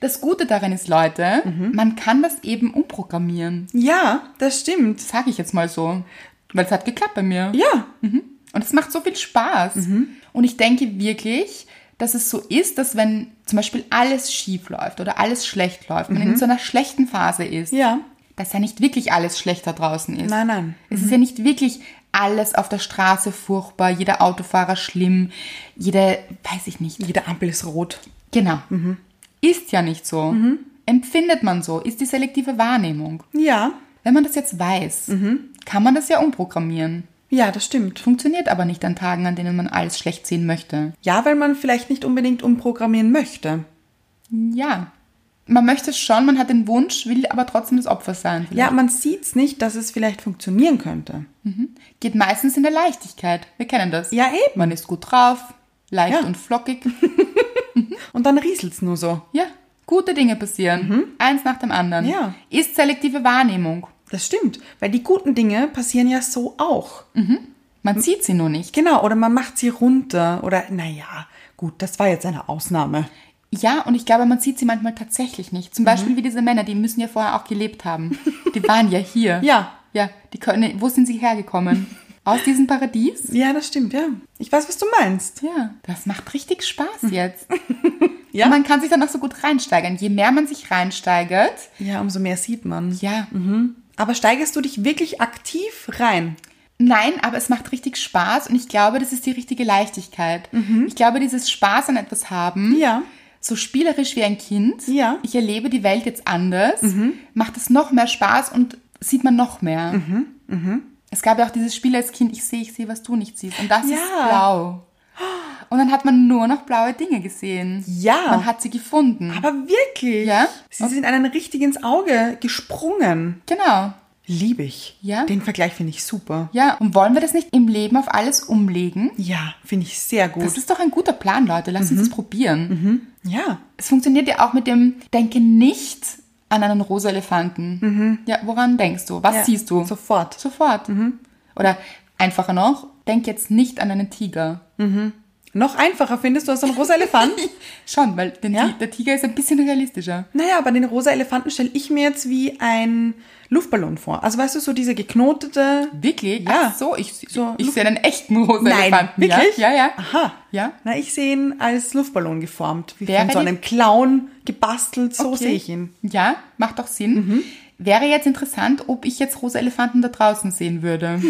A: das Gute daran ist, Leute,
B: Mhm.
A: man kann das eben umprogrammieren.
B: Ja, das stimmt.
A: Das sage ich jetzt mal so. Weil es hat geklappt bei mir.
B: Ja, Mhm.
A: Und es macht so viel Spaß. Und ich denke wirklich, dass es so ist, dass wenn zum Beispiel alles schief läuft oder alles schlecht läuft, man in so einer schlechten Phase ist,
B: Mhm. Ja.
A: dass ja nicht wirklich alles schlecht da draußen ist.
B: Nein, nein. Mhm.
A: Es ist ja nicht wirklich alles auf der Straße furchtbar, jeder Autofahrer schlimm, jeder, weiß ich nicht.
B: jede Ampel ist rot.
A: Genau.
B: Mhm.
A: Ist ja nicht so. Empfindet man so, ist die selektive Wahrnehmung.
B: Ja,
A: Wenn man das jetzt weiß,
B: Mhm.
A: kann man das ja umprogrammieren.
B: ja, das stimmt.
A: Funktioniert aber nicht an Tagen, an denen man alles schlecht sehen möchte.
B: Ja, weil man vielleicht nicht unbedingt umprogrammieren möchte.
A: Ja. Man möchte es schon, man hat den Wunsch, will aber trotzdem das Opfer sein.
B: Ja, man sieht's nicht, dass es vielleicht funktionieren könnte.
A: Geht meistens in der Leichtigkeit. Wir kennen das.
B: Ja, eben.
A: Man ist gut drauf, leicht
B: Ja.
A: und flockig.
B: Und dann rieselt's nur so.
A: Ja, gute Dinge passieren. Eins nach dem anderen.
B: Mhm. Ja.
A: Ist selektive Wahrnehmung.
B: Das stimmt, weil die guten Dinge passieren ja so auch. Mhm.
A: Man sieht sie nur nicht.
B: Genau, oder man macht sie runter oder naja, gut, das war jetzt eine Ausnahme.
A: Ja, und ich glaube, man sieht sie manchmal tatsächlich nicht.
B: Mhm.
A: Zum Beispiel wie diese Männer, die müssen ja vorher auch gelebt haben. Die waren ja hier.
B: Ja.
A: Ja, die können, wo sind sie hergekommen? Aus diesem Paradies?
B: Ja, das stimmt, ja. Ich weiß, was du meinst.
A: Ja, das macht richtig Spaß jetzt.
B: Hm. Ja.
A: Und man kann sich dann auch so gut reinsteigern. Je mehr man sich reinsteigert,
B: Ja, umso mehr sieht man. Mhm.
A: ja.
B: Aber steigerst du dich wirklich aktiv rein?
A: Nein, aber es macht richtig Spaß und ich glaube, das ist die richtige Leichtigkeit. Ich glaube, dieses Spaß an etwas haben,
B: Mhm. Ja.
A: so spielerisch wie ein Kind,
B: Ja. Mhm.
A: ich erlebe die Welt jetzt anders, macht es noch mehr Spaß und sieht man noch mehr.
B: Mhm.
A: Es gab ja auch dieses Spiel als Kind, ich sehe, ich sehe, was du nicht siehst. Und das ist
B: Ja.
A: blau. Und dann hat man nur noch blaue Dinge gesehen.
B: Ja.
A: Man hat sie gefunden.
B: Aber wirklich?
A: Ja.
B: Sie sind einem richtig ins Auge gesprungen.
A: Genau.
B: Liebe ich.
A: Ja.
B: Den Vergleich finde ich super.
A: Ja, und wollen wir das nicht im Leben auf alles umlegen?
B: Ja, Mhm. finde ich sehr gut.
A: Das ist doch ein guter Plan, Leute. Lasst uns das probieren.
B: ja.
A: Es funktioniert ja auch mit dem Denke nicht an einen rosa Elefanten. Ja, woran denkst du? Was
B: Mhm. Ja.
A: siehst du?
B: Sofort. Mhm.
A: Sofort. Oder einfacher noch, denk jetzt nicht an einen Tiger.
B: Noch einfacher findest du als ein rosa Elefant?
A: Schon, weil den
B: Ja.
A: Ti- der Tiger ist ein bisschen realistischer.
B: naja, aber den rosa Elefanten stelle ich mir jetzt wie ein Luftballon vor. Also weißt du, so diese geknotete...
A: Wirklich?
B: Ja.
A: Ach so, ich,
B: So,
A: ich sehe einen echten rosa
B: Nein,
A: Elefanten.
B: wirklich? Ah.
A: Ja, ja. ja.
B: Aha.
A: Ja.
B: Na, ich sehe ihn als Luftballon geformt. Wie
A: Wäre
B: von so
A: die-
B: einem Clown gebastelt, so
A: Okay.
B: sehe ich ihn. Mhm.
A: Ja, macht doch Sinn. Wäre jetzt interessant, ob ich jetzt rosa Elefanten da draußen sehen würde.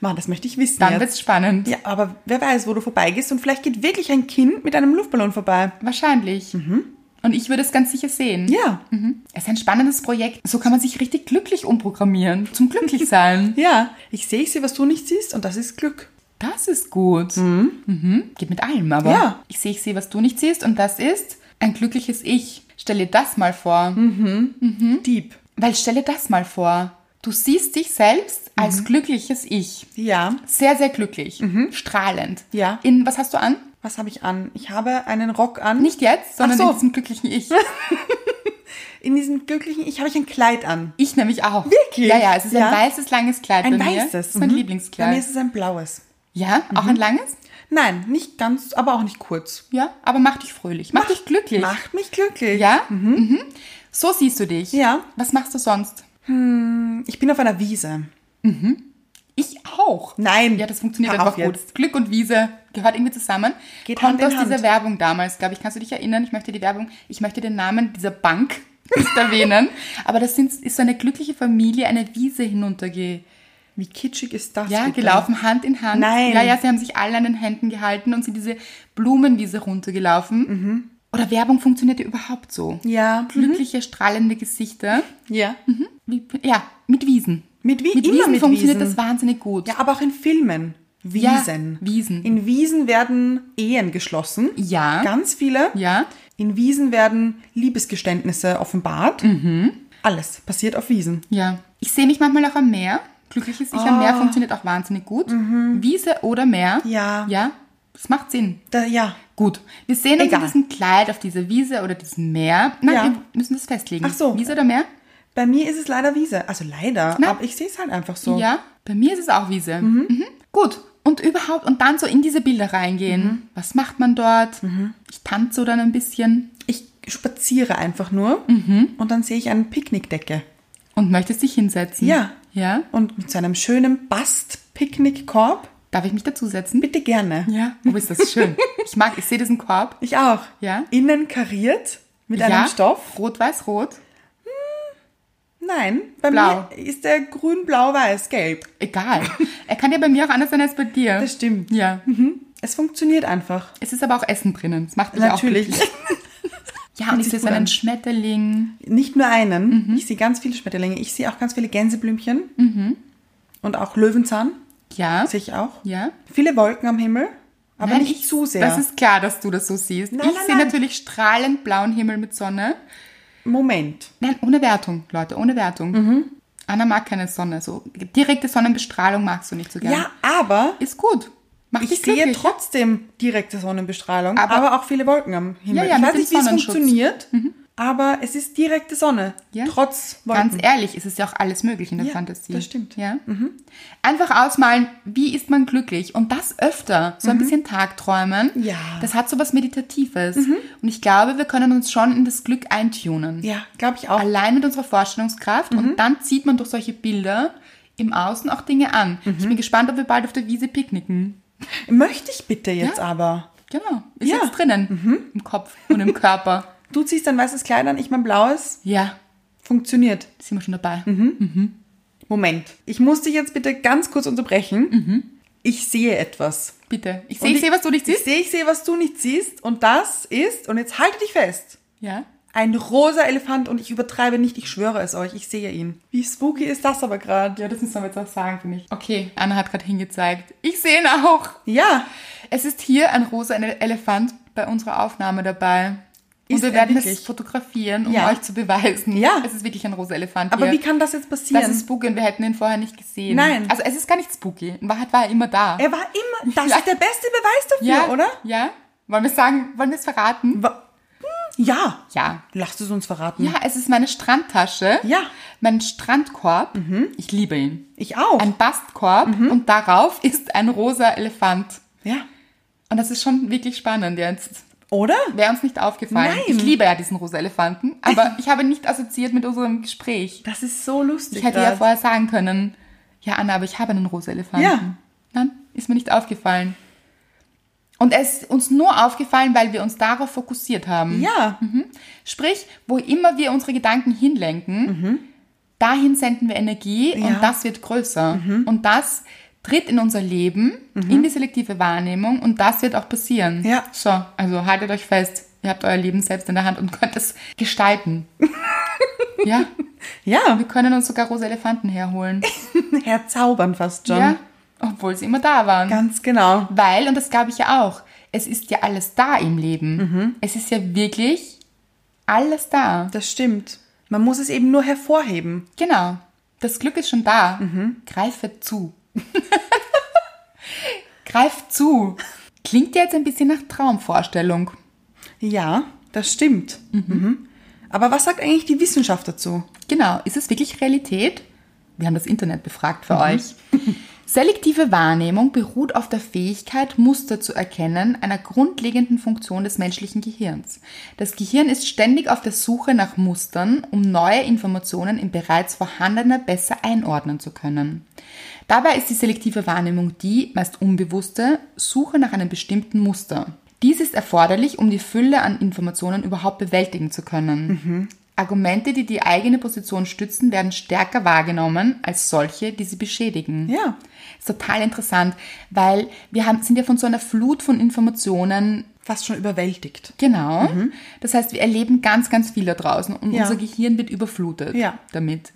B: Mann, das möchte ich wissen
A: Dann
B: jetzt.
A: wird's spannend.
B: Ja, aber wer weiß, wo du vorbeigehst und vielleicht geht wirklich ein Kind mit einem Luftballon vorbei.
A: Wahrscheinlich. Und ich würde es ganz sicher sehen.
B: Mhm. Ja,
A: Mhm. Es ist ein spannendes Projekt. So kann man sich richtig glücklich umprogrammieren. Zum Glücklichsein.
B: ja. Ich sehe, ich sehe, was du nicht siehst und das ist Glück.
A: das ist gut. Mhm. Geht mit allem, aber
B: Ja.
A: ich sehe, ich sehe, was du nicht siehst. Und das ist ein glückliches Ich. Stell dir das mal vor.
B: Mhm.
A: Hm?
B: Dieb.
A: Weil stell dir das mal vor. Du siehst dich selbst
B: Mhm.
A: als glückliches Ich.
B: Ja.
A: Sehr, sehr glücklich. Strahlend.
B: Mhm. Ja.
A: In, was hast du an?
B: Was habe ich an? Ich habe einen Rock an.
A: Nicht jetzt, sondern
B: Ach so.
A: in diesem glücklichen Ich.
B: In diesem glücklichen, ich habe ich ein Kleid an.
A: Ich nämlich auch.
B: Wirklich?
A: Ja, ja, es ist
B: Ja.
A: ein weißes, langes Kleid
B: Ein
A: bei mir.
B: weißes.
A: Das ist mein
B: mhm. Bei mir
A: Lieblingskleid.
B: ist Mhm. es ein blaues.
A: Ja, auch ein langes?
B: Nein, nicht ganz, aber auch nicht kurz.
A: Ja, aber mach dich fröhlich. Mach, dich glücklich.
B: Macht mich glücklich.
A: Ja? Mhm. So siehst du dich.
B: Ja.
A: Was machst du sonst?
B: Ich bin auf einer Wiese.
A: Ich auch.
B: Nein.
A: Ja, das funktioniert
B: Hör auf
A: einfach gut. Glück und Wiese gehört irgendwie zusammen.
B: Geht
A: Kommt
B: Hand in
A: aus
B: Hand.
A: dieser Werbung damals, glaube ich. Kannst du dich erinnern? Ich möchte die Werbung, ich möchte den Namen dieser Bank nicht erwähnen. Aber das sind, ist so eine glückliche Familie, eine Wiese hinunterge.
B: Wie kitschig ist das?
A: Ja,
B: bitte?
A: gelaufen, Hand in Hand.
B: Nein.
A: Ja, ja, sie haben sich alle an den Händen gehalten und sind diese Blumenwiese runtergelaufen. Oder Werbung funktioniert ja überhaupt so.
B: Mhm. Ja. Mhm.
A: Glückliche, strahlende Gesichter.
B: Ja.
A: Wie, ja, mit Wiesen.
B: Mit wie
A: Mit
B: immer
A: Wiesen
B: mit
A: funktioniert das
B: Wiesen.
A: wahnsinnig gut.
B: Ja, aber auch in Filmen.
A: Ja,
B: Wiesen.
A: Wiesen.
B: In Wiesen werden Ehen geschlossen.
A: Ja.
B: Ganz viele.
A: Ja. Mhm.
B: In Wiesen werden Liebesgeständnisse offenbart. Alles passiert auf Wiesen.
A: Ja. Ich sehe mich manchmal auch am Meer. Glücklich ist ich am
B: Oh.
A: Meer funktioniert auch wahnsinnig gut. Wiese oder Meer.
B: Mhm. Ja.
A: Ja. Das macht Sinn.
B: Da, ja.
A: Gut. Wir sehen uns in
B: Egal.
A: diesem Kleid auf dieser Wiese oder diesem Meer. Nein,
B: Ja.
A: wir müssen das festlegen.
B: Ach so.
A: Wiese oder Meer?
B: Bei mir ist es leider Wiese. Also leider,
A: Na.
B: aber ich sehe es halt einfach so.
A: Ja. Bei mir ist es auch Wiese. Mhm. Gut. Und überhaupt, und dann so in diese Bilder reingehen.
B: Mhm.
A: Was macht man dort? Ich tanze dann ein bisschen.
B: Ich spaziere einfach nur
A: Mhm.
B: und dann sehe ich eine Picknickdecke.
A: Und möchtest dich hinsetzen?
B: Ja.
A: Mhm. Ja?
B: Und mit so einem schönen Bast-Picknickkorb.
A: Darf ich mich dazusetzen?
B: Bitte gerne.
A: Ja. Oh, ist das schön. ich mag, ich sehe diesen Korb.
B: Ich auch.
A: Ja.
B: Innen kariert mit einem Stoff.
A: Rot-Weiß-Rot.
B: Nein, bei
A: Blau.
B: mir ist der grün, blau, weiß, gelb.
A: Egal. er kann ja bei mir auch anders sein als bei dir.
B: Das stimmt.
A: Ja.
B: Es funktioniert einfach.
A: Es ist aber auch Essen drinnen. Das macht mich auch
B: Natürlich.
A: glücklich. Ja, und ich
B: sich
A: sehe so
B: gut
A: einen
B: an.
A: Schmetterling.
B: Nicht nur einen.
A: Mhm.
B: Ich sehe ganz viele Schmetterlinge. Ich sehe auch ganz viele Gänseblümchen. Und auch Löwenzahn
A: Ja.
B: sehe ich auch.
A: Ja.
B: Viele Wolken am Himmel, aber
A: Nein,
B: nicht
A: ich-
B: zu sehr.
A: Das ist klar, dass du das so siehst.
B: Nein,
A: ich
B: nein,
A: sehe
B: nein.
A: natürlich strahlend blauen Himmel mit Sonne.
B: Moment.
A: Nein, ohne Wertung, Leute, ohne Wertung.
B: Mhm.
A: Anna mag keine Sonne. So direkte Sonnenbestrahlung magst du nicht so
B: Ja,
A: gerne.
B: aber
A: Ist gut. Macht
B: ich
A: dich
B: sehe
A: glücklich.
B: trotzdem direkte Sonnenbestrahlung,
A: Aber-
B: aber, auch viele Wolken am Himmel.
A: Ja, ja,
B: ich
A: mit
B: weiß
A: dem
B: nicht, wie es
A: Sonnenschutz. Mhm.
B: funktioniert, aber es ist direkte Sonne,
A: Ja.
B: trotz Wolken.
A: Ganz ehrlich, es ist ja auch alles möglich in der
B: Ja,
A: Fantasie.
B: das stimmt. Mhm.
A: Ja? Einfach ausmalen, wie ist man glücklich und das öfter, so ein bisschen Tagträumen.
B: Mhm. Ja. Mhm.
A: Das hat so was Meditatives. Und ich glaube, wir können uns schon in das Glück eintunen.
B: ja, glaube ich auch. Mhm.
A: Allein mit unserer Vorstellungskraft und dann zieht man durch solche Bilder im Außen auch Dinge an.
B: Mhm.
A: Ich bin gespannt, ob wir bald auf der Wiese picknicken.
B: Möchte ich bitte jetzt
A: Ja.
B: aber.
A: Genau, ist
B: Ja. Mhm.
A: jetzt drinnen im Kopf und im Körper.
B: Du ziehst dein weißes Kleid an, ich mein blaues.
A: ja,
B: Funktioniert.
A: sind wir schon dabei.
B: Mhm. Moment. Ich muss dich jetzt bitte ganz kurz unterbrechen. Ich sehe etwas.
A: Bitte. Ich
B: Und
A: Mhm. sehe, ich sehe, was du nicht
B: Ich
A: siehst.
B: sehe, ich sehe, was du nicht siehst. Und das ist, und jetzt halte dich fest,
A: Ja.
B: ein rosa Elefant. Und ich übertreibe nicht, ich schwöre es euch, ich sehe ihn. Wie spooky ist das aber gerade?
A: Ja, das müssen wir jetzt auch sagen, finde ich. Okay, Anna hat gerade hingezeigt. Ich sehe ihn auch.
B: Ja,
A: Es ist hier ein rosa Ele- Elefant bei unserer Aufnahme dabei. Und
B: Ist
A: wir
B: er
A: werden es
B: wirklich?
A: fotografieren, um
B: Ja.
A: euch zu beweisen.
B: Ja.
A: Es ist wirklich ein rosa Elefant
B: aber
A: hier.
B: wie kann das jetzt passieren?
A: das ist spooky und wir hätten ihn vorher nicht gesehen.
B: Nein.
A: Also es ist gar nicht spooky. In Wahrheit war er immer da.
B: er war immer, das
A: Ja.
B: ist der beste Beweis dafür,
A: ja,
B: oder?
A: Ja. Wollen wir sagen, wollen wir es verraten?
B: Wa- Hm, Ja.
A: Ja.
B: Lasst es uns verraten.
A: Ja, es ist meine Strandtasche.
B: Ja. Mhm.
A: Mein Strandkorb. Ich liebe ihn.
B: Ich auch. Mhm.
A: Ein Bastkorb und darauf ist ein rosa Elefant.
B: ja.
A: Und das ist schon wirklich spannend jetzt.
B: Oder?
A: Wäre uns nicht aufgefallen.
B: Nein.
A: Ich liebe ja diesen rosa Elefanten, aber ich habe ihn nicht assoziiert mit unserem Gespräch.
B: Das ist so lustig.
A: Ich hätte ja
B: grad.
A: vorher sagen können, ja Anna, aber ich habe einen rosa Elefanten.
B: Ja.
A: Nein, ist mir nicht aufgefallen. Und es ist uns nur aufgefallen, weil wir uns darauf fokussiert haben.
B: Ja,
A: Mhm. Sprich, wo immer wir unsere Gedanken hinlenken, dahin senden wir Energie
B: Mhm. Ja. Mhm.
A: und das wird größer. Und das tritt in unser Leben, in die selektive Wahrnehmung und das wird auch passieren.
B: Ja.
A: So, also haltet euch fest, ihr habt euer Leben selbst in der Hand und könnt es gestalten. ja,
B: ja.
A: wir können uns sogar rosa Elefanten herholen.
B: Herzaubern fast schon.
A: ja, obwohl sie immer da waren.
B: Ganz genau.
A: Weil, und das glaube ich ja auch, es ist ja alles da im Leben.
B: Mhm.
A: Es ist ja wirklich alles da.
B: Das stimmt. Man muss es eben nur hervorheben.
A: Genau. Das Glück ist schon da. Greife zu. Greif zu. Klingt ja jetzt ein bisschen nach Traumvorstellung.
B: Ja, das stimmt. Mhm. Aber was sagt eigentlich die Wissenschaft dazu?
A: Genau. Ist es wirklich Realität? Wir haben das Internet befragt für euch. Selektive Wahrnehmung beruht auf der Fähigkeit, Muster zu erkennen, einer grundlegenden Funktion des menschlichen Gehirns. Das Gehirn ist ständig auf der Suche nach Mustern, um neue Informationen im bereits vorhandenen besser einordnen zu können. Dabei ist die selektive Wahrnehmung die, meist unbewusste, Suche nach einem bestimmten Muster. Dies ist erforderlich, um die Fülle an Informationen überhaupt bewältigen zu können. Argumente, die die eigene Position stützen, werden stärker wahrgenommen als solche, die sie beschädigen.
B: Ja.
A: Ist total interessant, weil wir haben, sind ja von so einer Flut von Informationen,
B: Fast schon überwältigt.
A: genau. Das heißt, wir erleben ganz, ganz viel da draußen und
B: Mhm. Ja.
A: unser Gehirn wird überflutet
B: Ja. Mhm.
A: damit.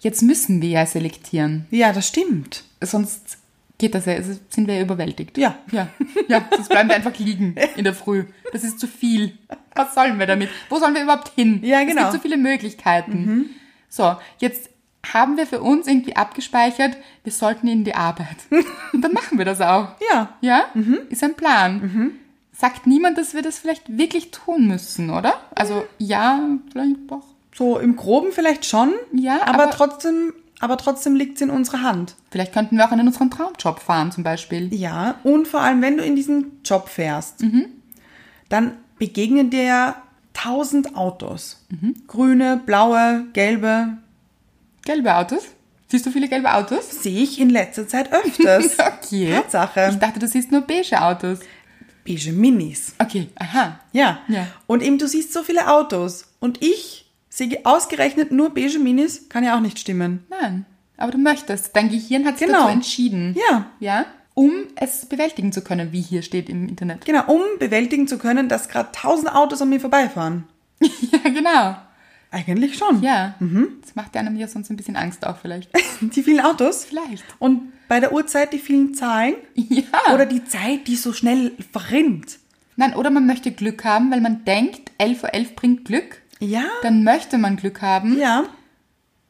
A: Jetzt müssen wir ja selektieren,
B: Ja, das stimmt.
A: sonst geht das ja, also sind wir ja überwältigt.
B: Ja.
A: Ja, ja sonst bleiben wir einfach liegen in der Früh. Das ist zu viel. Was sollen wir damit? Wo sollen wir überhaupt hin?
B: Ja, genau. Mhm.
A: Es gibt so viele Möglichkeiten. So, jetzt haben wir für uns irgendwie abgespeichert, wir sollten in die Arbeit. Und dann machen wir das auch.
B: Ja.
A: Ja?
B: Mhm.
A: Ist ein Plan. Sagt niemand, dass wir das vielleicht wirklich tun müssen, oder? Also ja, vielleicht doch.
B: So im Groben vielleicht schon.
A: Ja,
B: aber,
A: aber-
B: trotzdem, aber trotzdem liegt's in unserer Hand.
A: Vielleicht könnten wir auch in unseren Traumjob fahren zum Beispiel.
B: Ja, und vor allem, wenn du in diesen Job fährst,
A: Mhm.
B: dann begegnen dir ja tausend Autos.
A: Mhm.
B: Grüne, blaue, gelbe.
A: Gelbe Autos? Siehst du viele gelbe Autos?
B: Sehe ich in letzter Zeit öfters.
A: Okay.
B: Tatsache.
A: Ich dachte, du siehst nur beige Autos.
B: Beige Minis.
A: Okay, aha.
B: Ja.
A: Ja.
B: Und eben, du siehst so viele Autos. Und ich sehe ausgerechnet nur beige Minis. Kann ja auch nicht stimmen.
A: Nein, aber du möchtest. Dein Gehirn hat sich
B: Genau.
A: dazu entschieden.
B: Ja.
A: Ja? Um es bewältigen zu können, wie hier steht im Internet.
B: Genau, um bewältigen zu können, dass gerade tausend Autos an mir vorbeifahren.
A: ja, genau.
B: Eigentlich schon.
A: Ja.
B: Mhm.
A: Das macht einem ja sonst ein bisschen Angst auch vielleicht.
B: Die vielen Autos.
A: Vielleicht.
B: Und bei der Uhrzeit die vielen Zahlen.
A: ja.
B: Oder die Zeit, die so schnell verrinnt.
A: Nein, oder man möchte Glück haben, weil man denkt, 11 Uhr 11 bringt Glück.
B: Ja.
A: Dann möchte man Glück haben
B: Ja.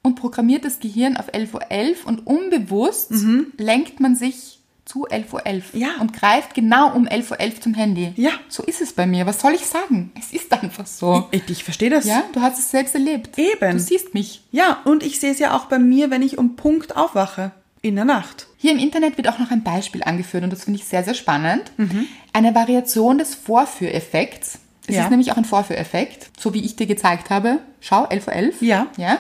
A: und programmiert das Gehirn auf 11 Uhr 11 und unbewusst lenkt man sich zu 11 Uhr 11
B: Mhm. Ja.
A: und greift genau um 11 Uhr 11 zum Handy.
B: Ja.
A: So ist es bei mir. Was soll ich sagen? Es ist einfach so.
B: Ich, ich verstehe das.
A: Ja, du hast es selbst erlebt.
B: Eben.
A: Du siehst mich.
B: Ja, und ich sehe es ja auch bei mir, wenn ich um Punkt aufwache. In der Nacht.
A: Hier im Internet wird auch noch ein Beispiel angeführt und das finde ich sehr, sehr spannend. Eine Variation des Vorführeffekts. Es
B: Ja.
A: ist nämlich auch ein Vorführeffekt, so wie ich dir gezeigt habe. Schau, 11 Uhr 11.
B: Ja.
A: ja.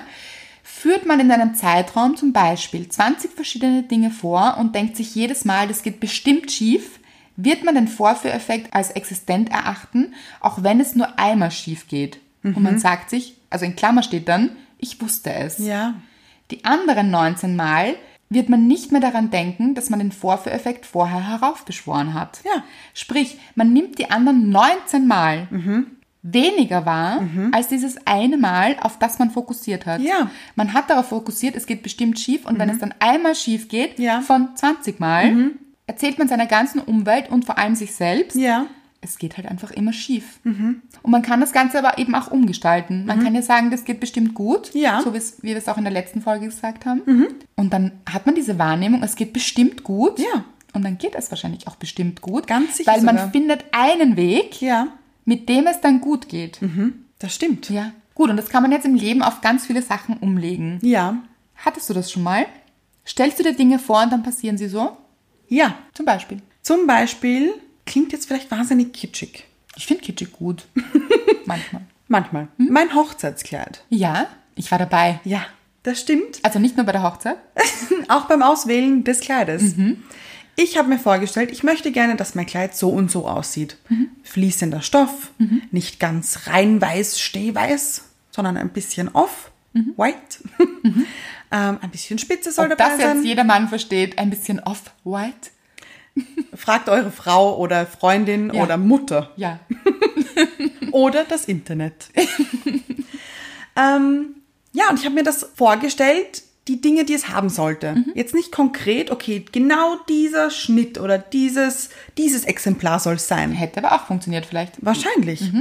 A: Führt man in einem Zeitraum zum Beispiel 20 verschiedene Dinge vor und denkt sich jedes Mal, das geht bestimmt schief, wird man den Vorführeffekt als existent erachten, auch wenn es nur einmal schief geht. Und man sagt sich, also in Klammer steht dann, ich wusste es.
B: Mhm. Ja.
A: Die anderen 19 Mal wird man nicht mehr daran denken, dass man den Vorführeffekt vorher heraufbeschworen hat.
B: Ja.
A: Sprich, man nimmt die anderen 19 Mal
B: Mhm.
A: weniger wahr als dieses eine Mal, auf das man fokussiert hat.
B: Ja. Mhm.
A: Man hat darauf fokussiert, es geht bestimmt schief und wenn es dann einmal schief geht,
B: Ja. Mhm.
A: von 20 Mal, erzählt man seiner ganzen Umwelt und vor allem sich selbst,
B: Ja.
A: es geht halt einfach immer schief.
B: Mhm.
A: Und man kann das Ganze aber eben auch umgestalten. Man kann ja sagen, das geht bestimmt gut,
B: Ja. Mhm.
A: so wie es- wie wir es auch in der letzten Folge gesagt haben. Und dann hat man diese Wahrnehmung, es geht bestimmt gut.
B: Ja.
A: Und dann geht es wahrscheinlich auch bestimmt gut.
B: Ganz sicher
A: Weil man
B: sogar.
A: findet einen Weg,
B: Ja. Mhm.
A: mit dem es dann gut geht.
B: Das stimmt.
A: Ja. Gut, und das kann man jetzt im Leben auf ganz viele Sachen umlegen.
B: Ja.
A: Hattest du das schon mal? Stellst du dir Dinge vor und dann passieren sie so?
B: Ja.
A: Zum Beispiel.
B: Zum Beispiel klingt jetzt vielleicht wahnsinnig kitschig.
A: Ich finde Kitschig gut. Manchmal.
B: Manchmal. Mein Hochzeitskleid.
A: Ja, ich war dabei.
B: Hm? Ja. Das stimmt.
A: Also nicht nur bei der Hochzeit.
B: Auch beim Auswählen des Kleides.
A: Mhm.
B: Ich habe mir vorgestellt, ich möchte gerne, dass mein Kleid so und so aussieht.
A: Mhm.
B: Fließender Stoff, nicht ganz rein weiß, stehweiß, sondern ein bisschen off, white. ähm, ein bisschen Spitze soll
A: Mhm. Ob
B: dabei
A: das
B: sein.
A: jetzt jeder Mann versteht, ein bisschen off-white.
B: Fragt eure Frau oder Freundin
A: Ja.
B: oder Mutter
A: Ja.
B: oder das Internet. ähm, ja, und ich habe mir das vorgestellt, die Dinge, die es haben sollte. Jetzt nicht konkret, okay, genau dieser Schnitt oder dieses, dieses Exemplar soll es sein.
A: Hätte aber auch funktioniert vielleicht.
B: Wahrscheinlich.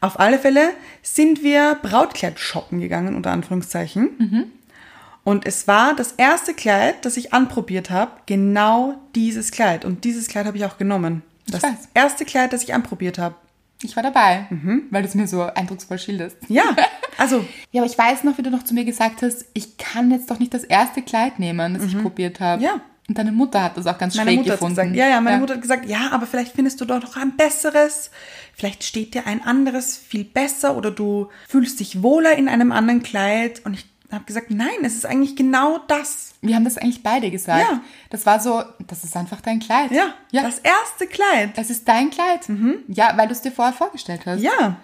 B: Auf alle Fälle sind wir Brautkleid shoppen gegangen, unter Anführungszeichen. Und es war das erste Kleid, das ich anprobiert habe, genau dieses Kleid. Und dieses Kleid habe ich auch genommen. Das
A: weiß.
B: erste Kleid, das ich anprobiert habe.
A: Ich war dabei, weil du es mir so eindrucksvoll schilderst.
B: Mhm. Ja, also
A: Ja, aber ich weiß noch, wie du noch zu mir gesagt hast, ich kann jetzt doch nicht das erste Kleid nehmen, das ich probiert habe.
B: Mhm. Ja.
A: Und deine Mutter hat das auch ganz
B: meine
A: schräg
B: Mutter
A: gefunden.
B: hat gesagt, ja, ja, meine Mutter hat gesagt, ja, aber vielleicht findest du doch noch ein besseres, vielleicht steht dir ein anderes viel besser oder du fühlst dich wohler in einem anderen Kleid. Und ich habe gesagt, nein, es ist eigentlich genau das.
A: Wir haben das eigentlich beide gesagt.
B: Ja.
A: Das war so, das ist einfach dein Kleid.
B: Ja,
A: ja.
B: das Mhm.
A: Das,
B: erste Kleid.
A: ist dein Kleid. Ja, weil du es dir vorher vorgestellt hast.
B: Ja,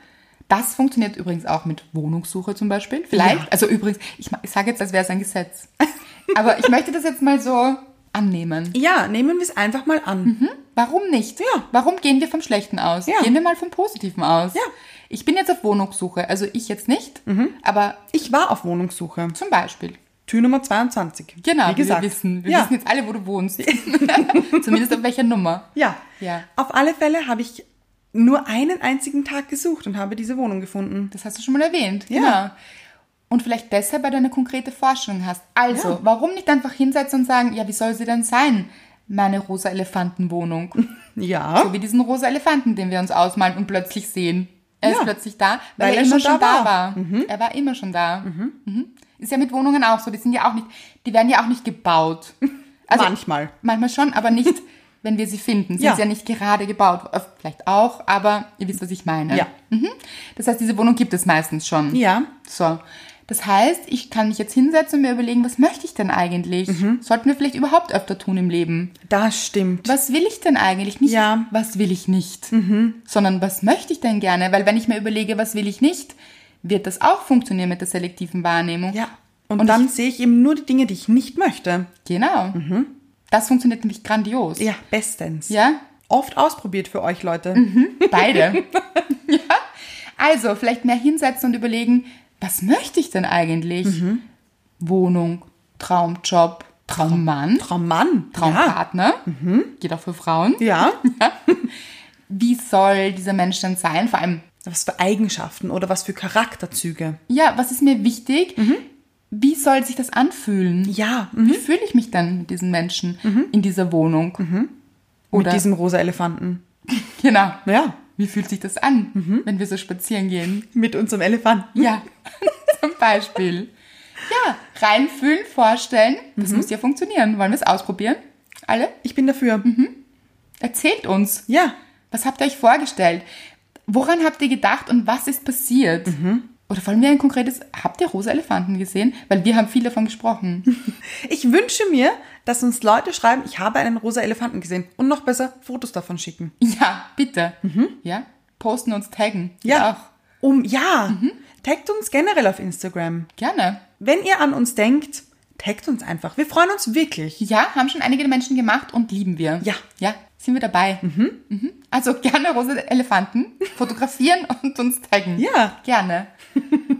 A: Das funktioniert übrigens auch mit Wohnungssuche zum Beispiel. Vielleicht,
B: Ja.
A: also übrigens, ich, ma- ich sage jetzt, als wäre es ein Gesetz. Aber ich möchte das jetzt mal so annehmen.
B: ja, nehmen wir es einfach mal an.
A: Mhm. Warum nicht?
B: Ja.
A: Warum gehen wir vom Schlechten aus?
B: Ja.
A: Gehen wir mal vom Positiven aus.
B: Ja. Mhm.
A: Ich bin jetzt auf Wohnungssuche, also ich jetzt nicht, aber
B: Ich war auf Wohnungssuche.
A: zum Beispiel.
B: Tür Nummer 22.
A: Genau,
B: wie gesagt.
A: wir wissen. Wir
B: ja.
A: wissen jetzt alle, wo du wohnst. Zumindest auf welcher Nummer.
B: ja.
A: Ja.
B: Auf alle Fälle habe ich nur einen einzigen Tag gesucht und habe diese Wohnung gefunden.
A: Das hast du schon mal erwähnt.
B: Ja.
A: Genau. und vielleicht deshalb, weil du eine konkrete Forschung hast. Also, warum nicht einfach hinsetzen und sagen, ja, wie soll sie denn sein, meine rosa Elefantenwohnung?
B: Ja.
A: So wie diesen rosa Elefanten, den wir uns ausmalen und plötzlich sehen. Er ist
B: Ja.
A: plötzlich da, weil, er, immer schon da war. Er war immer schon da. Mhm. Ist ja mit Wohnungen auch so. Die sind ja auch nicht, die werden ja auch nicht gebaut. Also,
B: Manchmal.
A: Manchmal schon, aber nicht, wenn wir sie finden. Sind
B: Ja.
A: sie ja nicht gerade gebaut. Äh, Vielleicht auch, aber ihr wisst, was ich meine.
B: Ja.
A: Mhm. Das heißt, diese Wohnung gibt es meistens schon.
B: Ja.
A: So. Das heißt, ich kann mich jetzt hinsetzen und mir überlegen, was möchte ich denn eigentlich?
B: Mhm.
A: Sollten wir vielleicht überhaupt öfter tun im Leben?
B: Das stimmt.
A: was will ich denn eigentlich? Nicht,
B: Ja. Mhm.
A: was will ich nicht, sondern was möchte ich denn gerne? Weil wenn ich mir überlege, was will ich nicht, wird das auch funktionieren mit der selektiven Wahrnehmung.
B: Ja. Und, dann sehe ich eben nur die Dinge, die ich nicht möchte.
A: Genau. Das funktioniert nämlich grandios.
B: Mhm. Ja, Mhm. bestens.
A: Ja?
B: Oft ausprobiert für euch, Leute.
A: Beide. ja? Also, vielleicht mehr hinsetzen und überlegen, was möchte ich denn eigentlich?
B: Mhm.
A: Wohnung, Traumjob, Traummann,
B: Traummann.
A: Traumpartner. Mhm. Geht auch für Frauen.
B: Ja. ja.
A: Wie soll dieser Mensch denn sein? Vor allem,
B: Was für Eigenschaften oder was für Charakterzüge.
A: ja, was ist mir wichtig? Wie soll sich das anfühlen?
B: Ja.
A: Wie fühle ich mich dann mit diesen Menschen in dieser Wohnung? Oder,
B: Mit diesem rosa Elefanten.
A: genau.
B: Ja.
A: Wie fühlt sich das an, wenn wir so spazieren gehen?
B: Mit unserem Elefanten.
A: Ja, zum Beispiel. Ja, reinfühlen, vorstellen. Das muss ja funktionieren. Wollen wir es ausprobieren? Alle?
B: Ich bin dafür.
A: Erzählt uns.
B: Ja.
A: Was habt ihr euch vorgestellt? Woran habt ihr gedacht und was ist passiert? Oder wollen wir ein konkretes, habt ihr rosa Elefanten gesehen? Weil wir haben viel davon gesprochen.
B: Ich wünsche mir, dass uns Leute schreiben, ich habe einen rosa Elefanten gesehen. Und noch besser, Fotos davon schicken.
A: Ja, bitte. Ja, posten uns taggen. Geht Auch.
B: Um, ja. Taggt uns generell auf Instagram.
A: Gerne.
B: Wenn ihr an uns denkt, taggt uns einfach. Wir freuen uns wirklich.
A: Ja, haben schon einige Menschen gemacht und lieben wir.
B: Ja.
A: Ja, sind wir dabei. Mhm. Also gerne rosa Elefanten fotografieren und uns taggen.
B: Ja.
A: Gerne.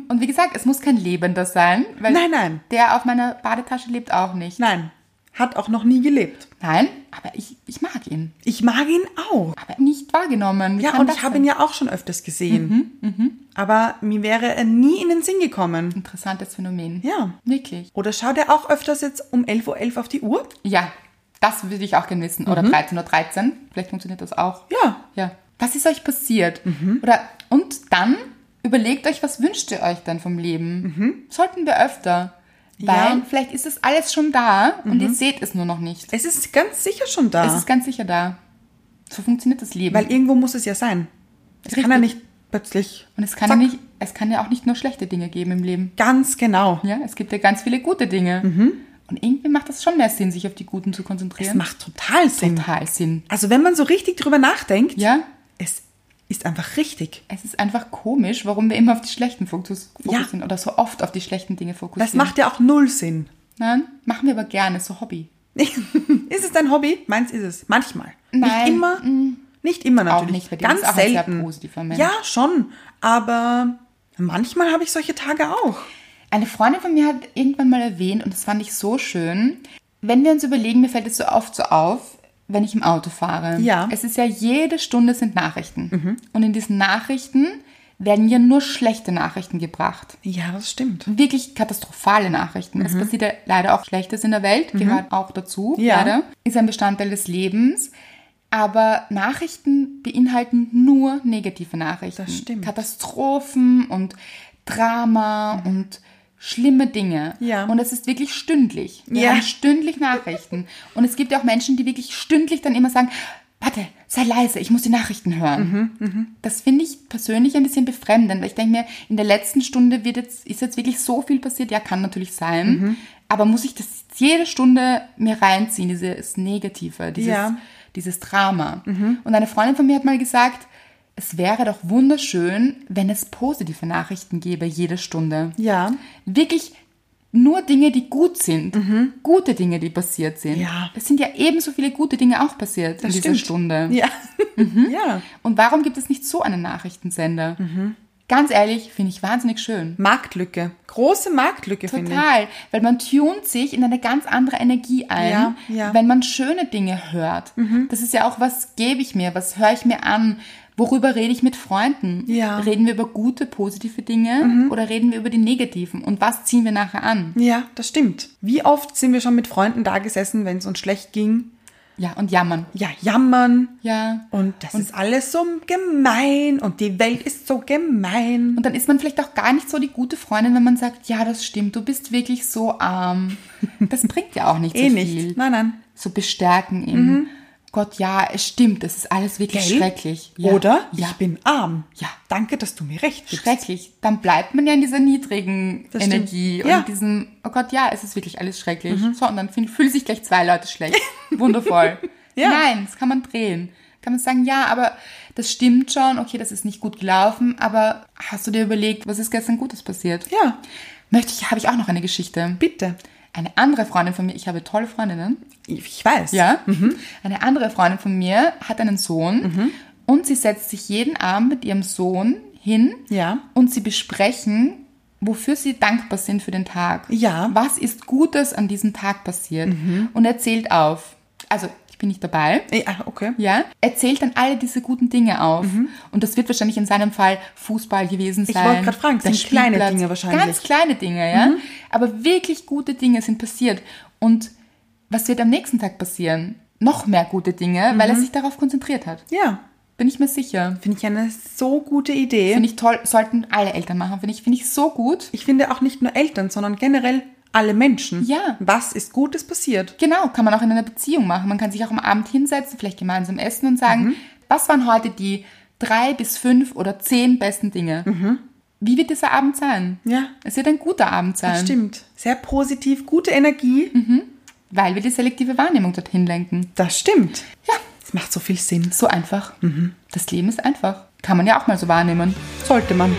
A: Und wie gesagt, es muss kein Lebender sein, weil
B: Nein, nein.
A: der auf meiner Badetasche lebt auch nicht.
B: Nein. Hat auch noch nie gelebt.
A: Nein, aber ich, ich mag ihn.
B: Ich mag ihn auch.
A: Aber nicht wahrgenommen. Wie
B: Ja,
A: kann
B: und
A: das
B: ich habe
A: sein? Mhm,
B: ihn ja auch schon öfters gesehen. Aber mir wäre er nie in den Sinn gekommen.
A: Interessantes Phänomen.
B: Ja.
A: Wirklich.
B: Oder schaut er auch öfters jetzt um 11.11 Uhr auf die Uhr?
A: Ja, das würde ich auch gerne wissen. Oder 13.13 Uhr. 13. Vielleicht funktioniert das auch.
B: Mhm. Ja. Mhm.
A: Ja. Was ist euch passiert? Oder und dann überlegt euch, was wünscht ihr euch dann vom Leben? Sollten wir öfter. Weil
B: Mhm. Ja. Mhm.
A: vielleicht ist es alles schon da und ihr seht es nur noch nicht.
B: Es ist ganz sicher schon da.
A: Es ist ganz sicher da. So funktioniert das Leben.
B: Weil irgendwo muss es ja sein. Es kann ja nicht plötzlich.
A: und es kann, ja
B: Zack.
A: nicht, es kann ja auch nicht nur schlechte Dinge geben im Leben.
B: Ganz genau.
A: Ja, es gibt ja ganz viele gute Dinge. Und irgendwie macht das schon mehr Sinn, sich auf die guten zu konzentrieren.
B: Mhm. Es macht total Sinn.
A: total Sinn.
B: Also wenn man so richtig drüber nachdenkt,
A: Ja,
B: es ist einfach richtig.
A: es ist einfach komisch, warum wir immer auf die schlechten Fokus
B: Ja.
A: fokussieren oder so oft auf die schlechten Dinge fokussieren.
B: Das macht ja auch null Sinn.
A: Nein, machen wir aber gerne, so Hobby.
B: ist es dein Hobby? Meins ist es. Manchmal.
A: Nein,
B: Nicht immer. Nicht immer natürlich.
A: nicht, bei dir
B: Ganz
A: ist auch ein sehr
B: selten.
A: positiver Mensch.
B: ja, schon. Aber manchmal habe ich solche Tage auch.
A: Eine Freundin von mir hat irgendwann mal erwähnt, und das fand ich so schön, wenn wir uns überlegen, mir fällt es so oft so auf, wenn ich im Auto fahre.
B: Ja. Mhm.
A: Es ist ja jede Stunde sind Nachrichten. Und in diesen Nachrichten werden ja nur schlechte Nachrichten gebracht.
B: Ja, das stimmt.
A: Wirklich katastrophale Nachrichten. Es passiert ja leider auch Schlechtes in der Welt, gehört auch dazu.
B: Mhm. Ja.
A: Leider. Ist ein Bestandteil des Lebens. Aber Nachrichten beinhalten nur negative Nachrichten.
B: Das stimmt.
A: Katastrophen und Drama und schlimme Dinge.
B: Ja.
A: Und es ist wirklich stündlich. Wir
B: Ja.
A: haben stündlich Nachrichten. Und es gibt ja auch Menschen, die wirklich stündlich dann immer sagen, warte, sei leise, ich muss die Nachrichten
B: Mhm.
A: hören. Das finde ich persönlich ein bisschen befremdend, weil ich denke mir, in der letzten Stunde wird jetzt, ist jetzt wirklich so viel passiert. Ja, kann natürlich sein.
B: Mhm.
A: Aber muss ich das jetzt jede Stunde mir reinziehen, dieses Negative, dieses,
B: Ja. Mhm.
A: dieses Drama? Und eine Freundin von mir hat mal gesagt, es wäre doch wunderschön, wenn es positive Nachrichten gäbe, jede Stunde
B: Ja.
A: wirklich nur Dinge, die gut sind, gute Dinge, die passiert sind.
B: Mhm. Ja.
A: Es sind ja ebenso viele gute Dinge auch passiert in dieser
B: stimmt.
A: Stunde.
B: Ja.
A: Mhm.
B: ja.
A: Und warum gibt es nicht so einen Nachrichtensender?
B: Mhm.
A: Ganz ehrlich, finde ich wahnsinnig schön.
B: Marktlücke. Große Marktlücke, finde ich.
A: Total, weil man tunt sich in eine ganz andere Energie ein,
B: Ja, ja. Mhm.
A: wenn man schöne Dinge hört. Das ist ja auch, was gebe ich mir, was höre ich mir an, Worüber rede ich mit Freunden?
B: Ja. Mhm.
A: Reden wir über gute, positive Dinge oder reden wir über die negativen? Und was ziehen wir nachher an?
B: Ja, das stimmt. Wie oft sind wir schon mit Freunden da gesessen, wenn es uns schlecht ging?
A: Ja, und jammern.
B: Ja, jammern.
A: Ja.
B: Und das ist alles so gemein und die Welt ist so gemein.
A: Und dann ist man vielleicht auch gar nicht so die gute Freundin, wenn man sagt, ja, das stimmt, du bist wirklich so arm. Das bringt ja auch nicht
B: Eh
A: so
B: nicht.
A: viel.
B: Nein, nein.
A: So bestärken im Gott, ja, es stimmt, es ist alles wirklich
B: Mhm. Gell?
A: schrecklich. Ja.
B: Oder?
A: Ja,
B: Ich bin arm.
A: Ja.
B: Danke, dass du mir recht gibst.
A: schrecklich. Dann bleibt man ja in dieser niedrigen
B: Das stimmt.
A: Energie und
B: Ja. Mhm.
A: in diesem, oh Gott, ja, es ist wirklich alles schrecklich. So, und dann fühlen, fühlen sich gleich zwei Leute schlecht. Wundervoll.
B: Ja.
A: Nein, das kann man drehen. Kann man sagen, ja, aber das stimmt schon, okay, das ist nicht gut gelaufen, aber hast du dir überlegt, was ist gestern Gutes passiert?
B: Ja,
A: Möchte ich, habe ich auch noch eine Geschichte.
B: bitte.
A: Eine andere Freundin von mir, ich habe tolle Freundinnen,
B: Ich weiß.
A: ja. Mhm. Eine andere Freundin von mir hat einen Sohn
B: Mhm.
A: und sie setzt sich jeden Abend mit ihrem Sohn hin
B: Ja.
A: und sie besprechen, wofür sie dankbar sind für den Tag.
B: Ja. Mhm.
A: Was ist Gutes an diesem Tag passiert? Und er zählt auf. Also, ich bin nicht dabei.
B: Ja, ah, okay.
A: Ja, er zählt dann alle diese guten Dinge auf. Und das wird wahrscheinlich in seinem Fall Fußball gewesen sein.
B: Mhm. wollte gerade fragen, es
A: der
B: sind kleine
A: Spielplatz.
B: Dinge wahrscheinlich. Mhm.
A: Ganz kleine Dinge, ja. Aber wirklich gute Dinge sind passiert. Und was wird am nächsten Tag passieren? Noch mehr gute Dinge, weil
B: Mhm.
A: er sich darauf konzentriert hat.
B: Ja,
A: Bin ich mir sicher.
B: finde ich eine so gute Idee.
A: Finde ich toll, sollten alle Eltern machen. Finde ich, finde ich so gut.
B: Ich finde auch nicht nur Eltern, sondern generell alle Menschen.
A: Ja.
B: Was ist Gutes passiert?
A: Genau, kann man auch in einer Beziehung machen. Man kann sich auch am Abend hinsetzen, vielleicht gemeinsam essen und sagen,
B: Mhm.
A: was waren heute die drei bis fünf oder zehn besten Dinge? Wie wird dieser Abend sein?
B: Mhm. Ja.
A: Es wird ein guter Abend sein,
B: Das stimmt. Sehr positiv, gute Energie.
A: Mhm. weil wir die selektive Wahrnehmung dorthin lenken.
B: Das stimmt.
A: Ja,
B: Das macht so viel Sinn. Mhm.
A: so einfach. Das Leben ist einfach. Kann man ja auch mal so wahrnehmen.
B: Sollte man.